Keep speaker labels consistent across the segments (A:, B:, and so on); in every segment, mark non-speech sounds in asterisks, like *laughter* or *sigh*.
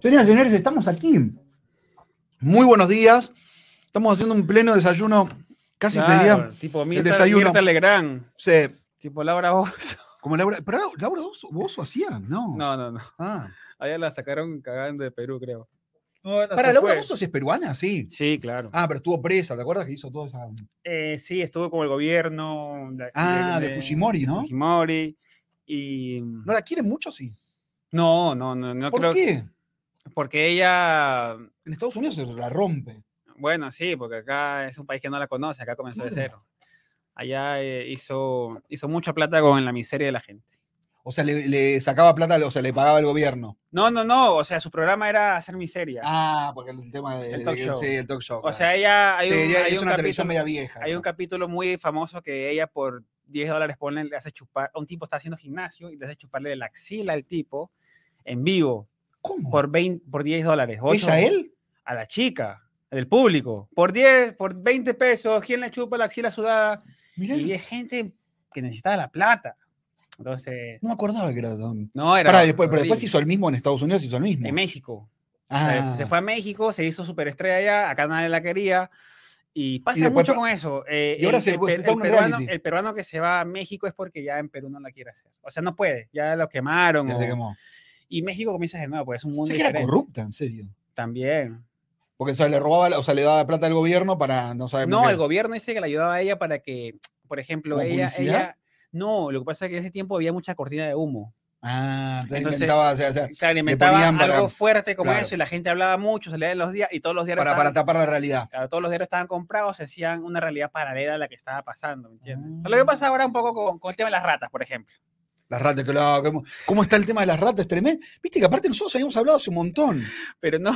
A: Señoras y señores, estamos aquí. Muy buenos días. Estamos haciendo un pleno desayuno, casi te diría.
B: Claro, tipo Mirta,
A: desayuno.
B: Mirta Legrand,
A: se-
B: tipo
A: *laughs*
B: Laura Bozo.
A: como Laura, pero Laura- Laura Bozo, Bozo hacía, no.
B: No, no, no.
A: Ah.
B: Allá la sacaron cagando de Perú, creo. No, no,
A: Para
B: se
A: Laura
B: fue.
A: Bozo sí es peruana, sí.
B: Sí, claro.
A: Ah, pero estuvo presa, ¿te acuerdas que hizo toda esa.
B: Eh, sí, estuvo con el gobierno. de-
A: Ah, de Fujimori, ¿no?
B: Fujimori. Y
A: ¿No la quieren mucho, sí?
B: no, no, no, no
A: ¿Por
B: creo.
A: qué?
B: Porque ella,
A: En Estados Unidos se la rompe.
B: bueno, sí, porque acá es un país que no la conoce, acá comenzó de
A: Claro.
B: cero. Allá eh, hizo, hizo mucha plata con la miseria de la gente.
A: O sea, le, le sacaba plata, o sea, le pagaba el gobierno.
B: No, no, no, o sea, su programa era hacer miseria.
A: Ah, porque el tema de-
B: El
A: de-
B: talk
A: de-
B: show.
A: sí, el talk show.
B: o
A: claro.
B: sea, ella hay
A: Sí,
B: un-
A: ya
B: hay
A: es
B: un
A: una televisión
B: capítulo-
A: media vieja.
B: Hay
A: esa.
B: un capítulo muy famoso que ella por 10 dólares pone, le hace chupar, un tipo está haciendo gimnasio y le hace chuparle la axila al tipo en vivo
A: ¿Cómo?
B: por, 20, por 10 dólares. ocho-
A: ¿Ella él?
B: A la chica, del público. Por 10, por 20 pesos, ¿quién le chupa la axila sudada?
A: Mirá,
B: Y es gente que necesitaba la plata. Entonces,
A: no me acordaba que era tan.
B: no era...
A: Pará, después, pero después
B: horrible.
A: hizo el mismo en Estados Unidos, hizo el mismo.
B: En México. O sea,
A: Ah,
B: se fue a México, se hizo superestrella allá, acá nadie la quería. Y pasa
A: después
B: mucho
A: pa-
B: con eso. eh,
A: y ahora
B: el,
A: se-
B: el
A: pues,
B: per-
A: está
B: el
A: un
B: peruano,
A: reality.
B: el peruano que se va a México es porque ya en Perú no la quiere hacer. O sea, no puede, ya lo quemaron.
A: ya
B: o-
A: se quemó.
B: Y México comienza de nuevo, pues es un mundo
A: Sé que era
B: diferente.
A: corrupta, en serio.
B: También.
A: Porque o sea, le robaba, la- o sea, le daba plata al gobierno para no saber
B: No, el gobierno dice que la ayudaba a ella para que, por ejemplo,
A: ¿Como
B: ella,
A: publicidad?
B: ella... No, lo que pasa es que en ese tiempo había mucha cortina de humo.
A: Ah, entonces,
B: Entonces,
A: inventaba, o sea, o sea,
B: Se alimentaba
A: ponían
B: algo
A: para-
B: fuerte como
A: claro.
B: eso y la gente hablaba mucho, se leía en los días y todos los días
A: para, para tapar la realidad.
B: Claro, todos los diarios estaban comprados, se hacían una realidad paralela a la que estaba pasando, ¿me entiendes? Lo que
A: Ah.
B: pasa ahora un poco con, con el tema de las ratas, por ejemplo. *laughs*
A: Las ratas, que lo- ¿cómo, cómo está el tema de las ratas? Es tremendo. Viste que aparte nosotros habíamos hablado hace un montón.
B: Pero no,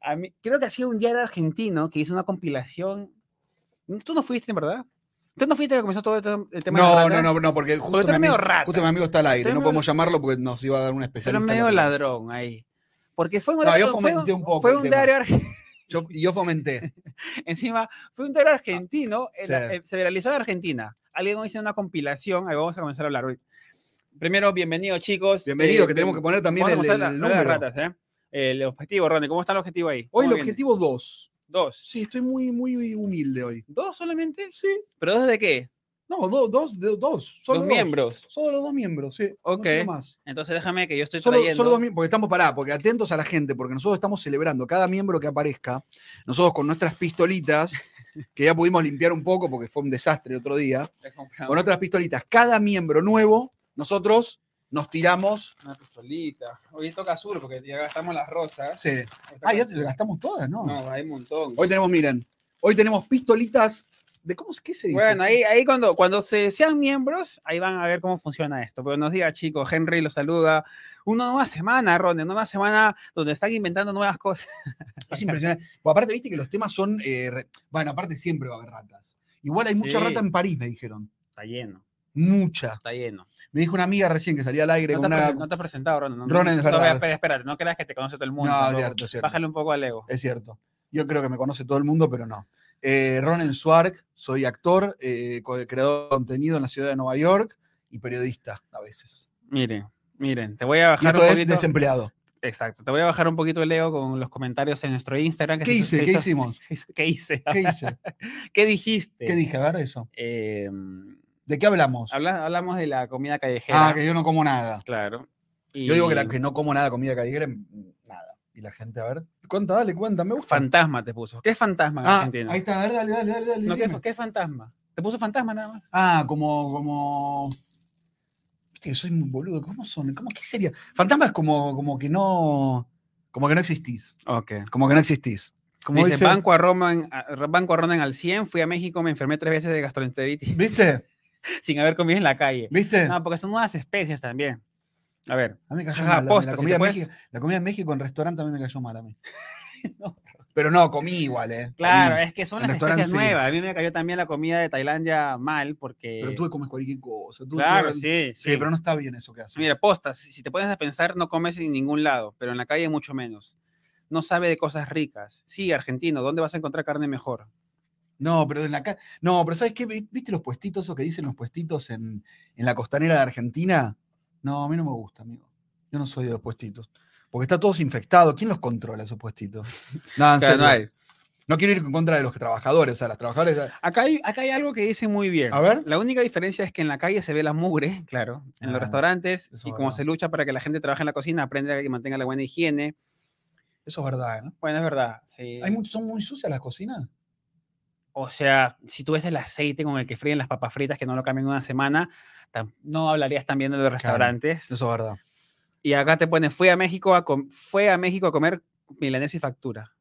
B: a mí, creo que ha sido un diario argentino que hizo una compilación. Tú no fuiste, en verdad. Tú no fuiste que comenzó todo esto- el tema de las
A: No,
B: ratas?
A: no, no, no, porque justo,
B: Porque tú
A: mi,
B: eres medio
A: amigo,
B: rata.
A: justo mi amigo está al aire.
B: eres
A: No
B: medio-
A: podemos llamarlo porque nos iba a dar un
B: Tú eres
A: especialista. en
B: medio
A: la realidad.
B: ladrón ahí. Porque fue un,
A: No, yo
B: fue
A: fomenté un poco
B: fue
A: el
B: un
A: tema.
B: diario argentino.
A: Yo, y yo fomenté.
B: *laughs* Encima, fue un diario argentino, eh, la-
A: Ah, sí.
B: eh, se viralizó en Argentina. Alguien hizo una compilación, ahí vamos a comenzar a hablar hoy. Primero, bienvenidos chicos.
A: Bienvenido,
B: Eh,
A: que tenemos que poner también
B: Vamos a
A: Ah, el,
B: comenzar la-
A: el
B: lo de las
A: número.
B: ratas, ¿eh? El objetivo, Ronnie, ¿cómo está el objetivo ahí?
A: Hoy el
B: ¿Cómo viene?
A: objetivo 2.
B: Dos.
A: Sí, estoy muy, muy humilde hoy.
B: ¿Dos solamente?
A: Sí,
B: ¿Pero dos de qué?
A: no, do- dos, de- dos. Solo
B: dos miembros.
A: Solo los dos miembros, sí. no
B: Ok.
A: quiero más.
B: Entonces déjame que yo estoy
A: Solo,
B: trayendo.
A: solo dos miembros, porque estamos pará, porque atentos a la gente, porque nosotros estamos celebrando cada miembro que aparezca, nosotros con nuestras pistolitas, que ya pudimos limpiar un poco porque fue un desastre el otro día,
B: Te compramos
A: con otras pistolitas, cada miembro nuevo, nosotros nos tiramos.
B: Una pistolita. Hoy toca azul porque ya gastamos las rosas.
A: sí.
B: Hoy toca
A: Ah, ya
B: azul.
A: te gastamos todas, ¿no?
B: No, hay un montón.
A: Hoy tenemos, miren, hoy tenemos pistolitas de cómo es que se dice.
B: Bueno, ahí, ahí cuando, cuando se sean miembros, ahí van a ver cómo funciona esto. Buenos días, chicos. Henry los saluda. Una nueva semana, Ronnie, una nueva semana donde están inventando nuevas cosas.
A: Es impresionante. Bueno, aparte, viste que los temas son. eh, re- Bueno, aparte siempre va a haber ratas. Igual hay mucha
B: Sí.
A: rata en París, me dijeron.
B: Está lleno,
A: Mucha.
B: está lleno.
A: Me dijo una amiga recién que salía al aire
B: No te,
A: con
B: has
A: una.
B: presen- no te has presentado, Ronan. No,
A: Ronan,
B: no,
A: es
B: no,
A: verdad.
B: espera, espérate, no creas que te conoce todo el mundo.
A: No, es
B: loco.
A: cierto, es cierto.
B: Bájale un poco al ego.
A: Es cierto. Yo creo que me conoce todo el mundo, pero no. Eh, Ronen Swark, soy actor, eh, co- creador de contenido en la ciudad de Nueva York y periodista a veces.
B: Miren, miren, te voy a
A: Y este
B: bajar
A: esto
B: un
A: es
B: poquito.
A: desempleado.
B: Exacto, te voy a bajar un poquito el ego con los comentarios en nuestro Instagram. que
A: ¿Qué
B: se-
A: hice?
B: se
A: ¿Qué
B: hizo-
A: hicimos?
B: se hizo- ¿Qué hice? *laughs*
A: ¿Qué hice?
B: ¿Qué dijiste?
A: ¿Qué dije? A ver eso.
B: Eh,
A: ¿De qué hablamos?
B: habla- hablamos de la comida callejera.
A: Ah, que yo no como nada.
B: Claro. Y
A: Yo digo que la que no como nada comida callejera, mm, nada. Y la gente, a ver, cuenta, dale, cuenta, me gusta.
B: Fantasma te puso. ¿Qué es fantasma en
A: Ah,
B: Argentina?
A: ahí está, a ver, dale, dale, dale, dale.
B: No, ¿qué,
A: dime.
B: es- ¿Qué es fantasma? ¿Te puso fantasma nada más?
A: Ah, como, como. Viste que soy muy boludo. ¿Cómo son? ¿Cómo qué sería? Fantasma es como, como que no. Como que no existís.
B: Ok.
A: Como que no existís. Como
B: Dice,
A: dice.
B: Banco, a Roma en- a- Banco a Ronan al 100, fui a México, me enfermé tres veces de gastroenteritis.
A: ¿Viste?
B: sin haber comido en la calle.
A: ¿Viste?
B: No, porque son nuevas especies también. A ver,
A: a mí me cayó
B: Ah, ajá,
A: mal. la-
B: posta,
A: la,
B: si
A: comida
B: te
A: en
B: puedes-
A: México, la comida en México en restaurante a mí me cayó mal a mí.
B: *laughs* No.
A: Pero no, comí igual, ¿eh? comí.
B: claro, es que son
A: el
B: las
A: restaurante
B: especies
A: sí.
B: nuevas. A mí me cayó también la comida de Tailandia mal porque...
A: Pero tú comes cualquier cosa. tú-
B: claro,
A: tú-
B: sí, sí.
A: Sí, pero no está bien eso que haces.
B: Mira, postas, si si te pones a pensar, no comes en ningún lado, pero en la calle mucho menos. No sabe de cosas ricas. Sí, argentino, ¿dónde vas a encontrar carne mejor?
A: No, pero en la ca- No, pero ¿sabes qué? ¿Vi- ¿Viste los puestitos esos que dicen los puestitos en, en la costanera de Argentina? No, a mí no me gusta, amigo. Yo no soy de los puestitos. Porque está todos infectados. ¿Quién los controla esos
B: *laughs*
A: puestitos? No, en
B: Claro, no
A: serio.
B: hay.
A: No quiero ir en contra de los trabajadores. O sea, las trabajadoras.
B: Acá hay, acá hay algo que dice muy bien.
A: A ver.
B: La única diferencia es que en la calle se ve la mugre, *laughs* claro, en
A: Ah,
B: los restaurantes,
A: eso es
B: y como
A: verdad.
B: se lucha para que la gente trabaje en la cocina, aprenda y mantenga la buena higiene.
A: Eso es verdad, ¿eh?
B: Bueno, es verdad. sí.
A: Hay muchos- ¿Son muy sucias las cocinas?
B: O sea, si tú ves el aceite con el que fríen las papas fritas, que no lo cambian una semana, tam- no hablarías también de los restaurantes.
A: Eso es verdad.
B: Y acá te ponen, fue a México a, com- fue a, México a comer milanesa y factura.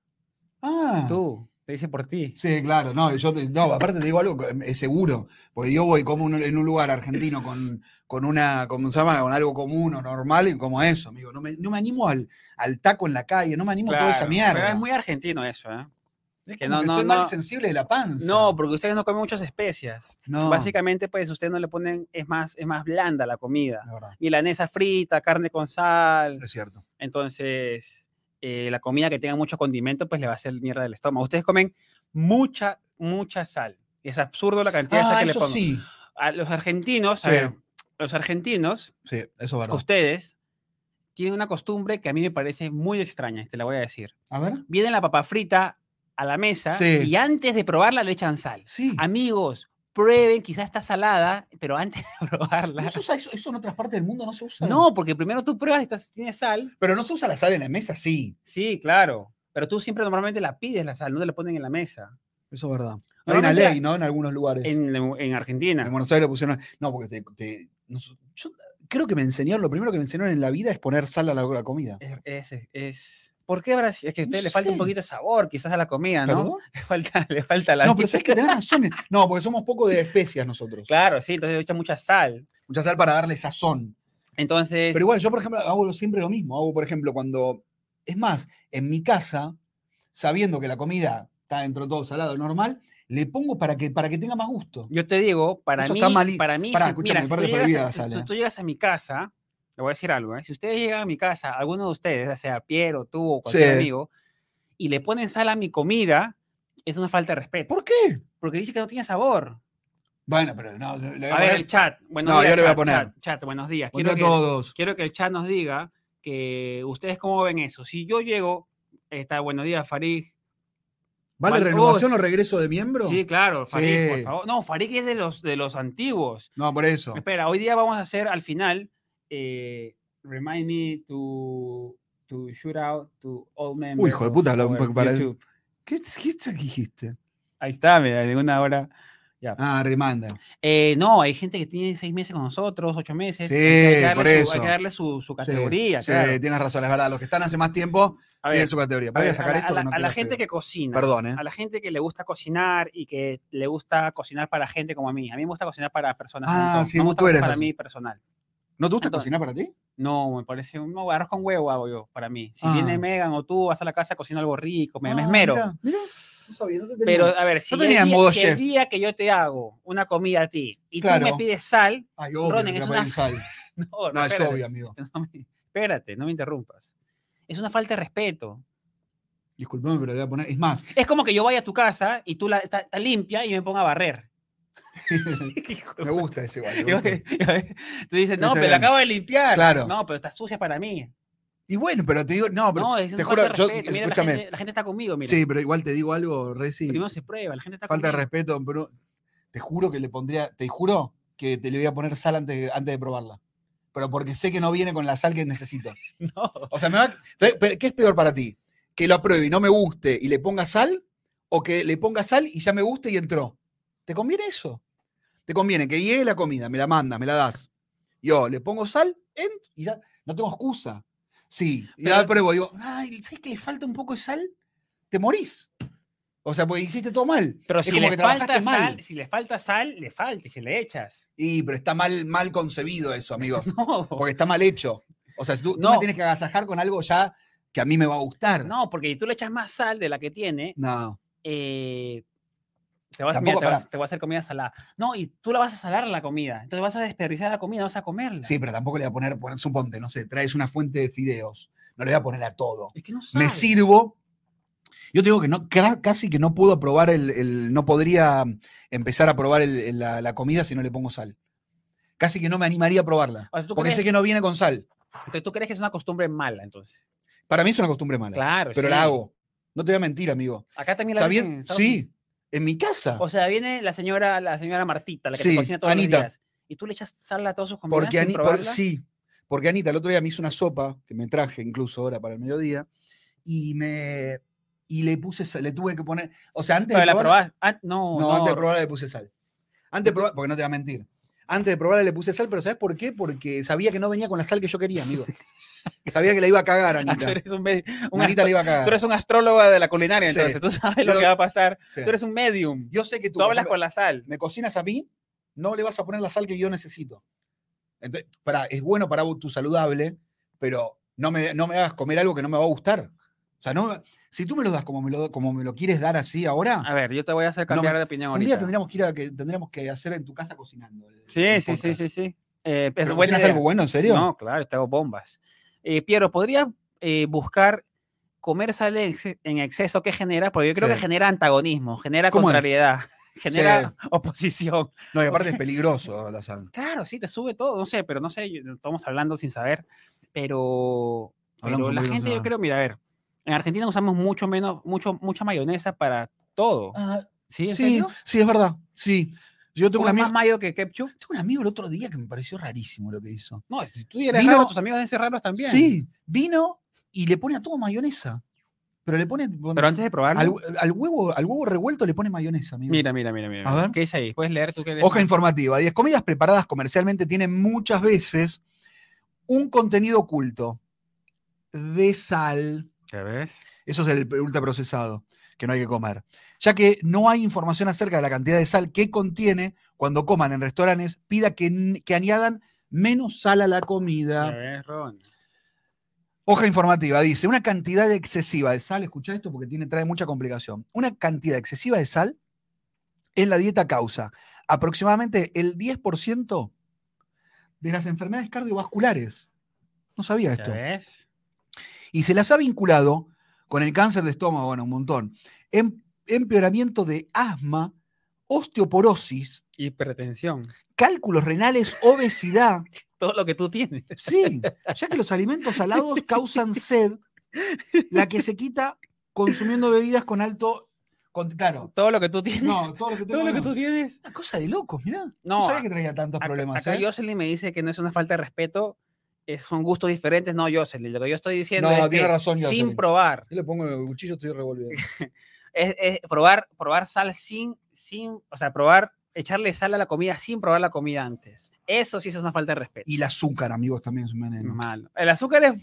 A: Ah.
B: Tú, te dice por ti.
A: Sí, claro, no, yo te- no, aparte te digo algo que es seguro, porque yo voy como un- en un lugar argentino con, con una, como se llama, con algo común o normal y como eso, amigo, no me, no me animo al, al taco en la calle, no me animo a toda esa
B: Claro, Pero
A: mierda.
B: es muy argentino eso, ¿eh?
A: Es
B: que
A: como
B: no,
A: que
B: no,
A: estoy mal
B: no.
A: sensible de la panza.
B: No, porque ustedes no comen muchas especias.
A: no,
B: Básicamente, pues, ustedes no le ponen, es más, es más blanda la comida.
A: la verdad,
B: Milanesa frita, carne con sal.
A: es cierto.
B: Entonces, eh, la comida que tenga mucho condimento, pues le va a hacer mierda del estómago. Ustedes comen mucha, mucha sal. Y es absurdo la cantidad de sal
A: Ah,
B: que le
A: eso
B: ponen.
A: sí,
B: A los argentinos, a
A: Sí.
B: ver, los argentinos,
A: sí, eso es verdad.
B: ustedes, tienen una costumbre que a mí me parece muy extraña, y te la voy a decir.
A: A ver,
B: Vienen la papa frita a la mesa
A: Sí.
B: y antes de probarla le echan sal.
A: sí.
B: Amigos, prueben, quizás está salada, pero antes de *laughs* probarla.
A: ¿No se usa eso, eso en otras partes del mundo no se usa?
B: No, porque primero tú pruebas, estás, tienes sal,
A: Pero no se usa la sal en la mesa, sí,
B: Sí, claro. Pero tú siempre normalmente la pides la sal, no te la ponen en la mesa.
A: eso es verdad. Hay una
B: Normalmente la-
A: ley, ¿no? En algunos lugares.
B: En, en Argentina.
A: En Buenos Aires pusieron. No, porque te, te- nos- yo creo que me enseñaron, lo primero que me enseñaron en la vida es poner sal a la, a la comida.
B: Es, es- es- ¿Por qué Brasil? Es que a
A: No
B: usted le falta
A: sé.
B: un poquito de sabor, quizás a la comida, Ah, ¿no?
A: ¿Perdón?
B: *laughs* Le falta, le falta la.
A: No, pero sabes que tenés razón. No, porque somos poco de especias nosotros.
B: Claro, sí, entonces le echan mucha sal.
A: Mucha sal para darle sazón.
B: Entonces,
A: Pero igual, yo, por ejemplo, hago siempre lo mismo. Hago, por ejemplo, cuando. Es más, en mi casa, sabiendo que la comida está dentro de todo salado normal, le pongo para que, para que tenga más gusto.
B: yo te digo, para
A: Eso
B: mí,
A: está mali-
B: para mí,
A: Pará,
B: si-
A: escúchame,
B: mira, si
A: parte
B: tú, llegas,
A: prohibida
B: a-
A: la
B: si
A: sal,
B: tú-
A: ¿eh?
B: tú llegas a mi casa, le voy a decir algo, ¿eh? si ustedes llegan a mi casa, alguno de ustedes, ya sea Piero, tú o cualquier
A: Sí.
B: amigo, y le ponen sal a mi comida, es una falta de respeto,
A: ¿Por qué?
B: porque dice que no tiene sabor.
A: Bueno, pero no, le voy a
B: A ver, el
A: poner.
B: chat. Buenos
A: No,
B: días,
A: yo le voy a
B: chat,
A: poner.
B: Chat, chat, buenos días.
A: Ponte
B: Quiero
A: a
B: que,
A: todos.
B: quiero que el chat nos diga que ustedes cómo ven eso. Si yo llego, está buenos días, Farid.
A: ¿Vale
B: Van-
A: renovación
B: vos.
A: o regreso de miembro?
B: Sí, claro, Farid,
A: Sí.
B: por favor. No, Farid es de los, de los antiguos.
A: No, por eso.
B: Espera, hoy día vamos a hacer al final. eh, remind me to, to shoot out to all members.
A: hijo de
B: of
A: puta, lo-
B: our
A: para-
B: YouTube.
A: ¿Qué, qué, qué dijiste?
B: Ahí está, mira, en una hora.
A: Ah, remanda.
B: Eh, no, hay gente que tiene seis meses con nosotros, ocho meses.
A: Sí,
B: hay que darle
A: por
B: su-
A: eso.
B: Hay que darle su, su
A: Sí,
B: categoría,
A: sí,
B: claro.
A: tienes razón, es verdad. Los que están hace más tiempo
B: A ver,
A: tienen su categoría.
B: A,
A: Voy a
B: ver, a
A: sacar
B: la-
A: esto.
B: a la,
A: que no
B: a la
A: queda
B: gente
A: feo.
B: que cocina.
A: Perdón, ¿eh?
B: A la gente que le gusta cocinar y que le gusta cocinar para gente como a mí. A mí me gusta cocinar para personas. un
A: Ah,
B: montón.
A: sí,
B: no me
A: vos
B: gusta
A: tú eres
B: cocinar para
A: así.
B: mí personal.
A: ¿No te gusta
B: Entonces-
A: cocinar para ti?
B: No, me parece un no, arroz con huevo hago yo para mí. Si
A: Ah.
B: viene Megan o tú vas a la casa, cocino algo rico, me, me
A: Ah,
B: esmero.
A: mirá, mirá, no sabía, no te tenía.
B: Pero a ver, si,
A: tenía
B: el,
A: en
B: día,
A: modo
B: si el
A: chef.
B: día que yo te hago una comida a ti y tú
A: Claro.
B: me pides sal, *laughs*
A: Ay, obvio,
B: Ronen,
A: que
B: es
A: te voy a
B: una-
A: pensar.
B: *laughs* no,
A: No, es
B: espérate,
A: obvio, amigo.
B: *laughs* no me- espérate, no me interrumpas. Es una falta de respeto.
A: Disculpame, pero le voy a poner. Es más, *laughs*
B: Es como que yo vaya a tu casa y tú la está, está limpia y me ponga a barrer. *laughs* Hijo de
A: me gusta ese igual. me
B: *laughs* Yo-
A: gusta.
B: Tú dices,
A: Está
B: no, pero
A: bien.
B: la acabo de limpiar.
A: Claro.
B: No, pero está sucia para mí.
A: Y bueno, pero te digo, no, pero.
B: No, es
A: te
B: una falta
A: juro,
B: de
A: yo-
B: respeto. Mira, la,
A: escúchame.
B: gente, la gente está conmigo, mira.
A: sí, pero igual te digo algo, Reci.
B: Primero se prueba, la gente está
A: Falta de
B: conmigo.
A: respeto, pero te juro que le pondría, te juro que te le voy a poner sal antes, antes de probarla. Pero porque sé que no viene con la sal que necesito.
B: No.
A: O sea, me va- pe- pe- ¿qué es peor para ti? ¿Que lo apruebe y no me guste y le ponga sal? ¿O que le ponga sal y ya me guste y entró? ¿Te conviene eso? ¿Te conviene que llegue la comida, me la mandas, me la das? Yo le pongo sal ent- y ya no tengo excusa. Sí, y la
B: Pero-
A: apruebo. Digo, ay, ¿sabes que le falta un poco de sal? Te morís. O sea, pues hiciste todo mal.
B: Pero
A: es
B: si
A: como
B: le
A: que
B: falta
A: trabajaste mal.
B: sal, si le falta sal, le falta y si le echas. *laughs*
A: Y, pero está mal, mal concebido eso, amigo.
B: No.
A: Porque está mal hecho. O sea, si tú, tú me
B: No.
A: tienes que agasajar con algo ya que a mí me va a gustar.
B: No, porque si tú le echas más sal de la que tiene,
A: No.
B: eh, te, vas,
A: Tampoco,
B: mira, te, vas-
A: pará.
B: te voy a hacer comida salada. No, y tú la vas a salar la comida. Entonces vas a desperdiciar la comida, vas a comerla.
A: Sí, pero tampoco le voy a poner, poner- suponte, no sé, traes una fuente de fideos. No le voy a poner a todo.
B: Es que no sabes.
A: Me sirvo, Yo te digo que no, cra- casi que no puedo probar el, el- no podría empezar a probar el- el- la, la comida si no le pongo sal. Casi que no me animaría a probarla.
B: O sea, ¿tú
A: Porque
B: crees,
A: sé que no viene con sal.
B: entonces, ¿tú crees que es una costumbre mala, entonces?
A: Para mí es una costumbre mala.
B: Claro.
A: pero
B: sí.
A: la hago. No te voy a mentir, amigo.
B: Acá también la
A: ¿Sabías?
B: hacen, ¿sabes?
A: Sí, en mi casa.
B: O sea, viene la señora, la señora Martita, la que
A: Ah. Sí,
B: te cocina todos
A: Anita.
B: los días. Y tú le echas sal a todos sus comidas
A: Porque
B: sin
A: Ani- por-
B: probarla?
A: sí, porque Anita el otro día me hizo una sopa que me traje incluso ahora para el mediodía y me y le puse sal- le tuve que poner, o sea, antes
B: Pero
A: de
B: la
A: probarla,
B: probás. Ah, no,
A: no,
B: no.
A: antes
B: *laughs*
A: de probarla le puse sal. Antes de probar, porque no te voy a mentir. Antes de probarla le puse sal, pero ¿sabes por qué? Porque sabía que no venía con la sal que yo quería,
B: *laughs*
A: amigo. Sabía que la iba a cagar
B: Ah, tú
A: Anita.
B: eres un, me- un
A: Anita
B: astro-
A: le iba a
B: tú
A: cagar.
B: eres un astróloga de la culinaria,
A: Sí.
B: entonces tú sabes lo
A: Yo-
B: que va a pasar.
A: Sí.
B: Tú eres un medium.
A: Yo sé que tú,
B: Tú
A: por
B: hablas
A: ejemplo,
B: con la sal.
A: me cocinas a mí, no le vas a poner la sal que yo necesito. Entonces, para, es bueno para vos, tu saludable, pero no me, no me hagas comer algo que no me va a gustar. O sea, no, me- si tú me lo das como me lo, como me lo quieres dar así ahora,
B: A ver, yo te voy a hacer
A: Ah. No,
B: cambiar de opinión
A: un día
B: Ah, ahorita.
A: tendríamos que, ir a, que, tendríamos que hacer en tu casa cocinando. el-
B: Sí,
A: el
B: sí, sí,
A: podcast.
B: sí, sí. Eh, es
A: ¿Pero
B: buena
A: cocinas
B: idea.
A: algo bueno, en serio?
B: No, claro, te hago bombas. Eh, Piero, ¿podría eh, buscar comer sal en exce- en exceso que genera? Porque yo creo
A: Sí.
B: que genera antagonismo, genera
A: ¿Cómo es?
B: contrariedad, *laughs* genera oposición.
A: No, y aparte es peligroso la sal.
B: Claro, sí, te sube todo, no sé, pero no sé, yo- estamos hablando sin saber, pero, *laughs* pero
A: Hablamos un
B: la
A: poquito,
B: gente
A: o
B: yo
A: sea.
B: creo, mira, a ver, en Argentina usamos mucho menos, mucho, mucha mayonesa para todo.
A: Ah,
B: ¿Sí? ¿En
A: sí,
B: serio?
A: sí, es verdad. Sí. Yo tengo un,
B: ¿Usas
A: amigo,
B: más mayo que ketchup?
A: tengo un amigo el otro día que me pareció rarísimo lo que hizo.
B: No, si tú eres
A: Vino-
B: raro, tus amigos deben ser raros también.
A: Sí, vino y le pone a todo mayonesa. Pero le pone.
B: Pero antes de probarlo,
A: al, al huevo, al huevo revuelto le pone mayonesa, amigo.
B: mira, mira, mira, mira.
A: A
B: mira.
A: ver.
B: ¿Qué dice ahí? ¿Puedes leer tú qué lees
A: Hoja
B: más?
A: informativa. 10. Comidas preparadas comercialmente tienen muchas veces un contenido oculto de sal.
B: ¿Ya ves?
A: Eso es el ultraprocesado que no hay que comer. Ya que no hay información acerca de la cantidad de sal que contiene, cuando coman en restaurantes, pida que, n- que añadan menos sal a la comida.
B: Ya ves, Ron.
A: Hoja informativa dice, una cantidad excesiva de sal, escucha esto porque tiene, trae mucha complicación, una cantidad excesiva de sal en la dieta causa aproximadamente el 10% de las enfermedades cardiovasculares. No sabía
B: ¿Ya
A: esto.
B: ves?
A: Y se las ha vinculado con el cáncer de estómago, bueno, un montón, em- empeoramiento de asma, osteoporosis,
B: Hipertensión.
A: cálculos renales, obesidad.
B: Todo lo que tú tienes.
A: Sí, ya que los alimentos salados causan sed, la que se quita consumiendo bebidas con alto. con- claro,
B: *laughs* Todo lo que tú tienes.
A: no, todo lo que, tengo,
B: *laughs* todo lo que
A: no.
B: tú tienes.
A: Una cosa de locos, mirá. No,
B: No,
A: sabía que traía tantos
B: Acá-
A: problemas.
B: Acá
A: ¿eh?
B: Jocelyn me dice que no es una falta de respeto, es- son gustos diferentes. No, Jocelyn, lo que yo estoy diciendo
A: No,
B: es
A: tiene
B: que
A: razón, Jocelyn.
B: sin probar,
A: Yo le pongo el cuchillo, estoy revolviendo.
B: es, es probar, probar sal sin, sin, o sea, probar, echarle sal a la comida sin probar la comida antes. Eso sí es una falta de respeto.
A: Y el azúcar, amigos, también es un veneno.
B: Malo. El azúcar es,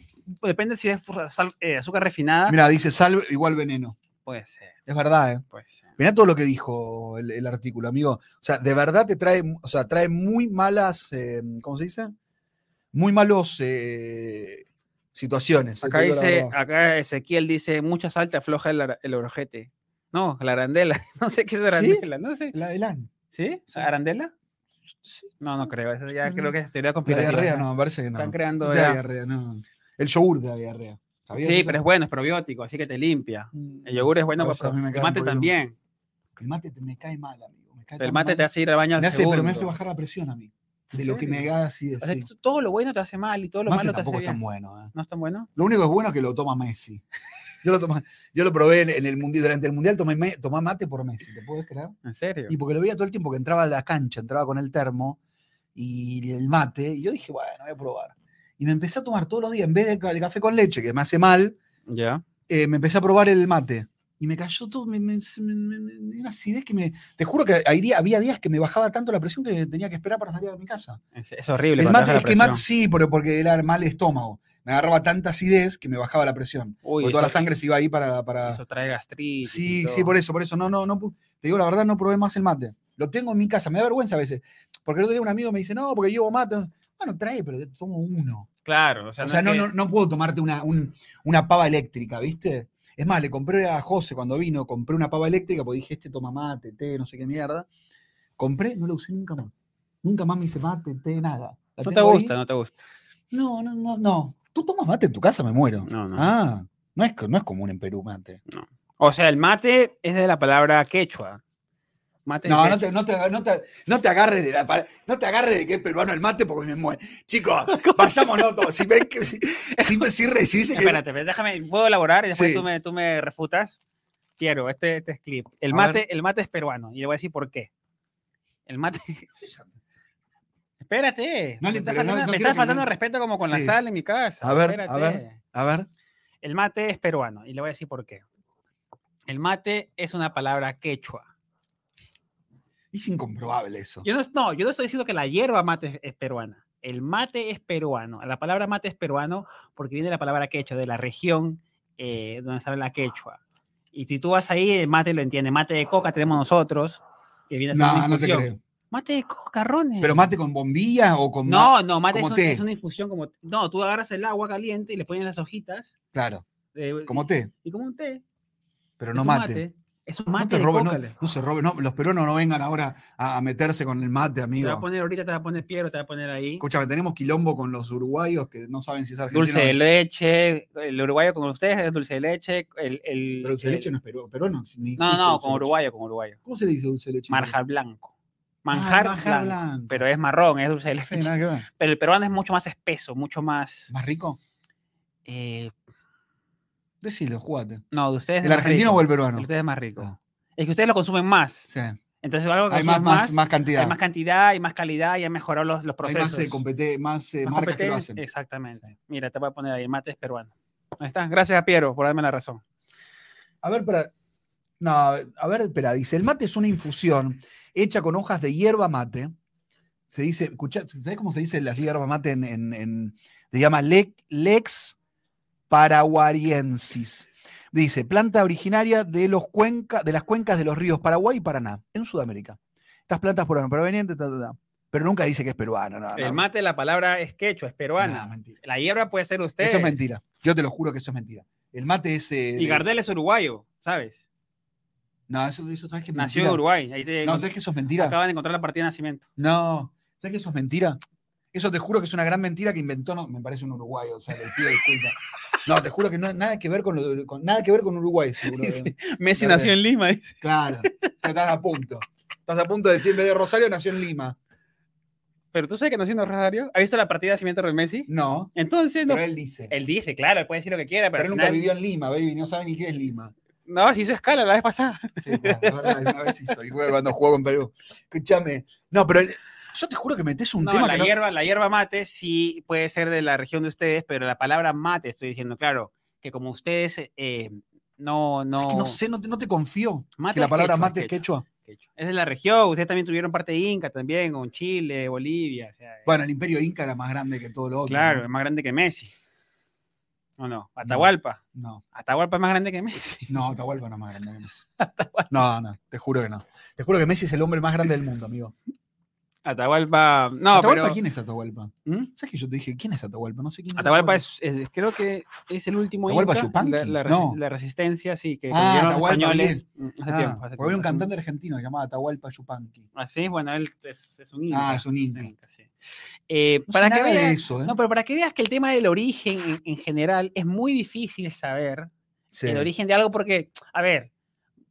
B: depende si es por sal- eh, azúcar refinada.
A: Mira, dice sal igual veneno.
B: Puede ser,
A: Es verdad, ¿eh?
B: puede ser.
A: Mirá todo lo que dijo el, el artículo, amigo. O sea, de verdad te trae, o sea, trae muy malas, eh, ¿cómo se dice? Muy malos eh, situaciones. eh,
B: Acá
A: te digo la
B: dice,
A: verdad.
B: acá Ezequiel dice, mucha sal te afloja el, ara- el orjete. No, la arandela. *laughs* No sé qué es arandela, no sé.
A: La del ano.
B: ¿Sí?
A: Sí.
B: ¿Arandela?
A: Sí.
B: No, no creo. Eso ya
A: Ujú.
B: creo que es teoría
A: La
B: conspirativa.
A: diarrea
B: ¿no?
A: no, me parece que no.
B: Están creando.
A: La
B: ya-
A: diarrea, no. El yogur de la diarrea. ¿Sabías
B: Sí,
A: eso?
B: pero es bueno, es probiótico, así que te limpia.
A: Mm.
B: El yogur es bueno
A: A
B: para
A: veces a mí me
B: probiótico.
A: cae
B: El
A: un
B: mate
A: poquito mal.
B: también.
A: El mate te- me cae mal, amigo. Me cae
B: El
A: tan
B: mate
A: mal.
B: te hace ir al baño al
A: Me hace- Pero me hace
B: segundo.
A: bajar la presión a mí.
B: ¿En
A: De lo que me
B: serio?
A: da así de
B: O sea,
A: sí.
B: tú- todo lo bueno te hace mal y todo lo
A: Mate
B: malo te hace
A: tampoco es tan
B: bien.
A: bueno. ¿eh?
B: ¿No es tan bueno?
A: Lo único que es bueno es que lo toma Messi. *laughs* Yo lo, toma- yo lo probé en en el mundial, durante el mundial tomé, me- tomé mate por Messi, ¿te puedes creer?
B: ¿En serio?
A: Y porque lo veía todo el tiempo que entraba a la cancha, entraba con el termo y el mate, y yo dije, bueno, voy a probar. Y me empecé a tomar todos los días, en vez del café con leche, que me hace mal,
B: Ya.
A: eh, me empecé a probar el mate. Y me cayó todo, me, me- se- me- me- me- una acidez que me... Te juro que hay día- había días que me bajaba tanto la presión que tenía que esperar para salir de mi casa.
B: Es, es horrible.
A: El
B: cuando
A: mate,
B: baja
A: es
B: la
A: que mate
B: presión.
A: sí, pero porque era mal estómago. Me agarraba tanta acidez que me bajaba la presión.
B: Uy,
A: porque toda la
B: eso-
A: sangre se iba ahí para... para...
B: Eso trae gastritis.
A: Sí, sí, por eso, por eso. No, no, no. pu- Te digo, la verdad, no probé más el mate. Lo tengo en mi casa, me da vergüenza a veces. Porque el otro día un amigo me dice, no, porque llevo mate. Bueno, trae, pero yo tomo uno.
B: Claro. O sea,
A: O sea, no,
B: es que-
A: no, no puedo tomarte una, un- una pava eléctrica, ¿viste? Es más, le compré a José cuando vino, compré una pava eléctrica, porque dije, este toma mate, té, no sé qué mierda. Compré, no lo usé nunca más. Nunca más me hice mate, té, nada. La
B: no te
A: tengo ahí.
B: gusta, no te gusta.
A: No, no, no, no. Tú tomas mate en tu casa, me muero.
B: No, no.
A: Ah, no es, co- no es común en Perú mate.
B: O sea, el mate es de la palabra quechua. Mate en
A: No, no
B: quechua.
A: te, no, te, no, te, no te agarres de la pa- no te agarres de que es peruano el mate porque me muere.
B: *laughs*
A: Chicos, vayámonos todos. Si ven que si, si, si re- si dice que-
B: Espérate, espérate, déjame, puedo elaborar y después
A: Sí.
B: tú, me, tú me refutas. Quiero, este, este es clip. El
A: A
B: mate, el mate es peruano y le voy a decir por qué. El mate. *laughs* Espérate.
A: No
B: me
A: le-
B: estás
A: pero no-
B: faltando,
A: no
B: me
A: quiero
B: estás
A: que
B: faltando
A: no-
B: el respeto como con
A: Sí.
B: la sal en mi casa.
A: A ver, a ver.
B: espérate.
A: A ver,
B: El mate es peruano y le voy a decir por qué. El mate es una palabra quechua.
A: es incomprobable eso.
B: Yo no, no, yo no estoy diciendo que la hierba mate es, es peruana. El mate es peruano. La palabra mate es peruano porque viene de la palabra quechua, de la región eh, donde sale la quechua. Y si tú vas ahí, el mate lo entiende. Mate de coca tenemos nosotros. Que viene a ser una
A: No, no te
B: infusión.
A: creo.
B: Mate de coca, Ronen.
A: Pero mate con bombilla o con ma-
B: no, no, mate es,
A: como
B: un-
A: té.
B: es una infusión como... No, tú agarras el agua caliente y le pones las hojitas.
A: Claro,
B: eh,
A: como té,
B: Y como un té.
A: pero
B: es
A: no
B: un
A: mate.
B: Es un
A: No
B: mate
A: te
B: de
A: roben,
B: coca,
A: no,
B: le-
A: no se roben, no, los peruanos no vengan ahora a, a meterse con el mate,
B: Te
A: amigo.
B: va a poner ahorita, te va a poner Piero, te va a poner ahí.
A: Escúchame, tenemos quilombo con los uruguayos que no saben si es argentino.
B: Dulce de
A: o no.
B: leche, el uruguayo como ustedes es dulce de leche, el... el-
A: Pero dulce de
B: el-
A: leche no es peru- peruano. si ni
B: No,
A: existe dulce
B: no,
A: de
B: como
A: leche.
B: uruguayo, como uruguayo.
A: ¿Cómo se le dice dulce de leche? en Perú?
B: Manjar blanco.
A: Ah,
B: Manjar, blanco,
A: blanco.
B: Pero es marrón, es dulce de
A: No
B: leche.
A: sé, nada que ver.
B: Pero el peruano es mucho más espeso, mucho más...
A: ¿Más rico?
B: eh,
A: Decilo, jugate.
B: no, de ustedes...
A: ¿El argentino o el peruano?
B: El de ustedes es más rico.
A: Ah.
B: Es que ustedes lo consumen más.
A: Sí.
B: Entonces algo que
A: Hay más,
B: consumen
A: más, más cantidad.
B: hay más cantidad, hay más calidad y han mejorado los,
A: Hay
B: los procesos.
A: más, eh, compete- más, eh,
B: Más
A: marcas que lo
B: competen-
A: hacen.
B: Exactamente. Mira, te voy a poner ahí, mates peruano. Ahí está. Gracias a Piero por darme la razón.
A: A ver, para. No, a ver, espera, dice, el mate es una infusión hecha con hojas de hierba mate. Se dice, escucha, ¿sabes cómo se dice la hierba mate en, en, en- se llama le- Lex paraguariensis? Dice, planta originaria de, los cuenca, de las cuencas de los ríos Paraguay y Paraná, en Sudamérica. Estas plantas por provenientes, ta, ta, ta. pero nunca dice que es peruano. No,
B: El
A: Ah, no.
B: mate, la palabra es quechua, es
A: No,
B: peruana.
A: mentira.
B: La hierba puede ser usted.
A: Eso es mentira. Yo te lo juro que eso es mentira. El mate es... eh,
B: Y
A: de-
B: Gardel es uruguayo, ¿sabes?
A: No, eso, eso sabes que es
B: Nació
A: mentira.
B: en Uruguay. Ahí te
A: No, sabes que eso es mentira.
B: acaban de encontrar la partida de nacimiento.
A: No, ¿sabes que eso es mentira? Eso te juro que es una gran mentira que inventó, no, me parece un uruguayo, o sea, le pido disculpas. No, te juro que no nada que ver con, lo de- con- nada que ver con Uruguay, seguro.
B: Dice, Messi
A: Gardel.
B: nació en Lima. dice.
A: Claro. O sea, estás a punto. Estás a punto de decir, en vez de Rosario nació en Lima.
B: Pero tú sabes que nació en Rosario. ¿Has visto la partida de nacimiento de Messi?
A: No,
B: Entonces, no.
A: pero él dice.
B: Él dice, claro, él puede decir lo que quiera,
A: pero
B: pero, al
A: él nunca
B: final-
A: vivió en Lima, baby, no sabe ni qué es Lima.
B: No, se hizo escala la vez pasada.
A: Sí, bueno, es verdad, una vez hizo, y fue cuando jugó con Perú. Escúchame. No, pero él- yo te juro que metes un
B: No,
A: tema
B: la,
A: que no.
B: hierba, la hierba mate sí puede ser de la región de ustedes, pero la palabra mate, estoy diciendo, claro, que como ustedes eh, no,
A: Es
B: no.
A: que no sé, no te, no te confío.
B: Mate
A: que la
B: es
A: palabra
B: quechua, es
A: mate es
B: quechua.
A: quechua.
B: quechua. Es de la región, ustedes también tuvieron parte inca también, con Chile, Bolivia. o sea, eh,
A: Bueno, el imperio inca era más grande que todo lo otro.
B: claro,
A: ¿no?
B: es más grande que Messi. ¿O no? Atahualpa.
A: No.
B: Atahualpa es más grande que Messi. *laughs*
A: No, Atahualpa no es más grande que Messi. No, no, te juro que no. Te juro que Messi es el hombre más grande del mundo, amigo.
B: Atahualpa. *laughs* No,
A: ¿Atahualpa
B: pero.
A: quién es Atahualpa?
B: ¿Mm?
A: ¿Sabes que yo te dije quién es Atahualpa? No sé quién es.
B: Atahualpa es, es- creo que es el último
A: ¿Atahualpa
B: inca,
A: Yupanqui?
B: la, la resi-
A: No.
B: la resistencia, sí, que
A: Ah,
B: construyeron los
A: Atahualpa,
B: españoles mm, hace
A: Ah, porque había
B: tiempo. hace
A: un
B: tiempo, hace
A: cantante argentino que se llamaba Atahualpa Yupanqui.
B: Así, bueno, él es, es un inca.
A: Ah, es un inca.
B: es un inca, sí. Eh,
A: No sé
B: para que
A: nada de
B: veas,
A: eso, ¿eh?
B: no, pero para que veas que el tema del origen en, en general es muy difícil saber
A: Sí.
B: el origen de algo porque, a ver,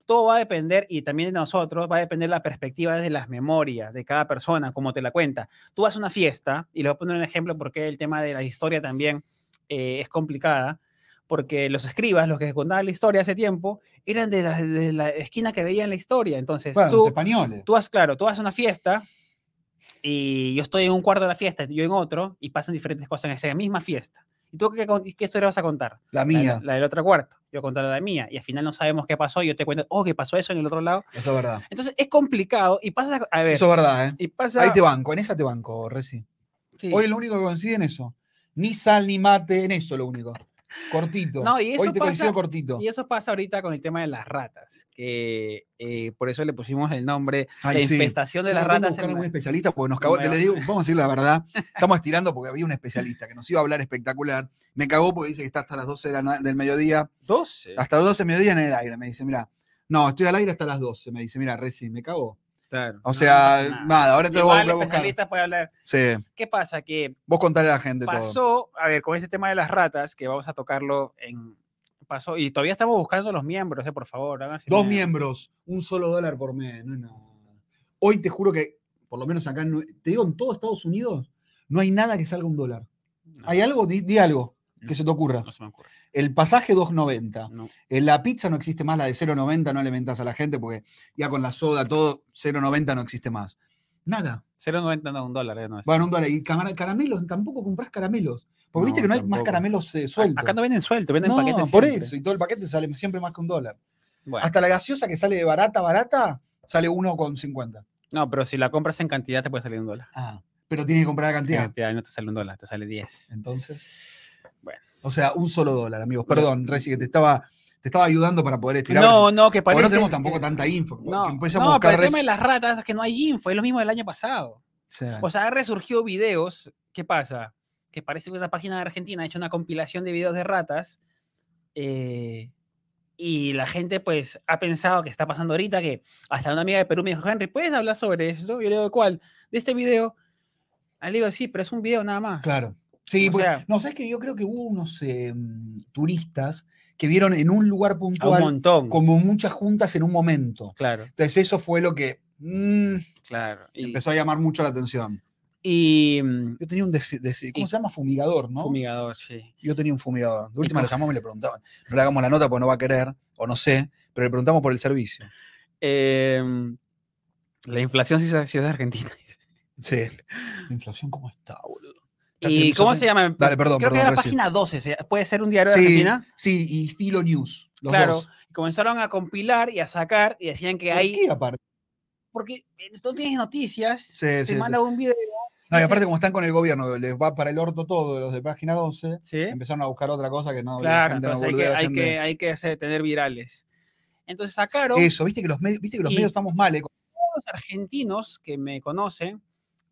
B: todo va a depender y también de nosotros va a depender la perspectiva de las memorias de cada persona, como te la cuenta. Tú vas a una fiesta y le voy a poner un ejemplo porque el tema de la historia también eh, es complicada. Porque los escribas, los que contaban la historia hace tiempo, eran de la, de la esquina que veían la historia. Entonces,
A: Bueno,
B: tú,
A: los españoles.
B: tú vas, claro, tú vas a una fiesta y yo estoy en un cuarto de la fiesta, yo en otro, y pasan diferentes cosas en esa misma fiesta. ¿Y tú qué, con- qué historia vas a contar?
A: La
B: La-
A: mía,
B: La, del otro cuarto. Yo contaré la mía. Y al final no sabemos qué pasó. y Yo te cuento, oh, que pasó eso en el otro lado.
A: eso es verdad.
B: Entonces es complicado y pasa, a ver,
A: Eso es verdad, ¿eh?
B: y pasa...
A: Ahí te banco, en esa te banco, Reci.
B: sí.
A: Hoy lo único que coincide en eso. Ni sal ni mate, en eso lo único. Cortito.
B: No, y eso
A: Hoy te
B: pasa-
A: coincido cortito.
B: Y eso pasa ahorita con el tema de las ratas, que eh, por eso le pusimos el nombre, la
A: Ay, sí.
B: infestación de las
A: Tratando
B: ratas.
A: buscar
B: en
A: algún
B: la-
A: especialista porque nos cagó.
B: me
A: Te
B: va-
A: le digo, vamos a decir la verdad. Estamos estirando porque había un especialista que nos iba a hablar espectacular. Me cagó porque dice que está hasta las 12 de la na- del mediodía.
B: 12.
A: Hasta las 12 del mediodía en el aire. Me dice, mira, no, estoy al aire hasta las 12. Me dice, mira, recién me cagó.
B: Claro. No,
A: O
B: no
A: sea,
B: pasa
A: nada.
B: nada.
A: ahora te voy a
B: Igual,
A: volver a
B: el
A: buscar.
B: especialista puede hablar.
A: Sí,
B: ¿Qué pasa? Que
A: vos contale a la gente todo.
B: pasó, a ver, con ese tema de las ratas, que vamos a tocarlo en pasó. Y todavía estamos buscando los miembros, eh, por favor. háganse
A: Dos miembros, un solo dólar por mes, no es nada. Hoy te juro que, por lo menos acá, en Nue- te digo, en todo Estados Unidos, no hay nada que salga un dólar.
B: No,
A: ¿Hay algo? Di, di algo que
B: No.
A: se te ocurra.
B: No se me ocurre.
A: El pasaje 2.90.
B: No.
A: Eh, La pizza no existe más, la de 0.90 no le mentás a la gente porque ya con la soda, todo, 0.90 no existe más. Nada.
B: 0.90 no, un dólar. eh, no es-
A: Bueno, un dólar. Y camar- caramelos, tampoco comprás caramelos. Porque viste
B: No,
A: que no hay más
B: tampoco.
A: caramelos eh, sueltos.
B: Acá no venden suelto, venden
A: No,
B: paquetes.
A: por
B: siempre.
A: eso. Y todo el paquete sale siempre más que un dólar.
B: Bueno,
A: Hasta la gaseosa que sale barata, barata, sale 1,50.
B: no, pero si la compras en cantidad te puede salir un dólar.
A: Ah, pero tiene que comprar la
B: En
A: cantidad.
B: cantidad no te sale un dólar, te sale 10.
A: Entonces.
B: Bueno.
A: O sea, un solo dólar, amigos. Perdón, Reci, que te estaba, te estaba ayudando para poder estirar.
B: No, no, que
A: Porque
B: parece.
A: no tenemos
B: que-
A: tampoco tanta info. porque
B: No,
A: empezamos
B: no,
A: a
B: pero
A: buscar
B: el tema
A: Reci-
B: de las ratas es que no hay info, es lo mismo del año pasado.
A: o sea,
B: O sea, han resurgido videos. ¿Qué pasa? Que parece que una página de Argentina ha hecho una compilación de videos de ratas. eh, y la gente, pues, ha pensado que está pasando ahorita. Que hasta una amiga de Perú me dijo, Henry, ¿puedes hablar sobre esto? Yo le digo, ¿de cuál? De este video. Ah, Le digo, sí, pero es un video nada más.
A: claro. Sí,
B: o
A: porque-
B: sea-
A: no, sabes que yo creo que hubo unos eh, mm, turistas que vieron en un lugar
B: A un
A: puntual
B: montón.
A: como muchas juntas en un momento.
B: Claro,
A: Entonces, eso fue lo que mm,
B: claro. Y,
A: empezó a llamar mucho la atención.
B: y, mm,
A: Yo tenía un. des- des- ¿Cómo
B: Y-
A: se llama? Fumigador, ¿no?
B: fumigador, sí.
A: Yo tenía un fumigador. De última
B: co-
A: le llamamos y le preguntamos. No le hagamos la nota porque no va a querer, o no sé, pero le preguntamos por el servicio.
B: Em, la inflación sí es, sí es de
A: *laughs*
B: Argentina.
A: Sí. La inflación, ¿cómo está, boludo? Ya
B: *laughs* ¿Y
A: tiene- ya
B: cómo
A: tiene-
B: se llama?
A: Dale, perdón, perdón.
B: Creo que era la
A: recién.
B: página 12. se- ¿Puede ser un diario de
A: sí,
B: Argentina?
A: sí, y Filo News. Los
B: Claro.
A: dos.
B: Comenzaron a compilar y a sacar y decían que
A: ¿Por
B: hay...
A: qué aparte?
B: Porque eh, tú tienes noticias,
A: Sí,
B: te
A: sí,
B: manda un video.
A: No, y aparte,
B: dices-
A: como están con el gobierno, les va para el orto todo, los de página 12,
B: ¿sí?
A: empezaron a buscar otra cosa que no. que la
B: Claro,
A: gente no
B: entonces hay
A: boludea,
B: que,
A: la
B: hay,
A: gente-
B: que, hay que hacer- tener virales. Entonces sacaron
A: Eso, viste que los, medios- viste que los
B: Y-
A: medios estamos mal. ¿eh?
B: todos los argentinos que me conocen,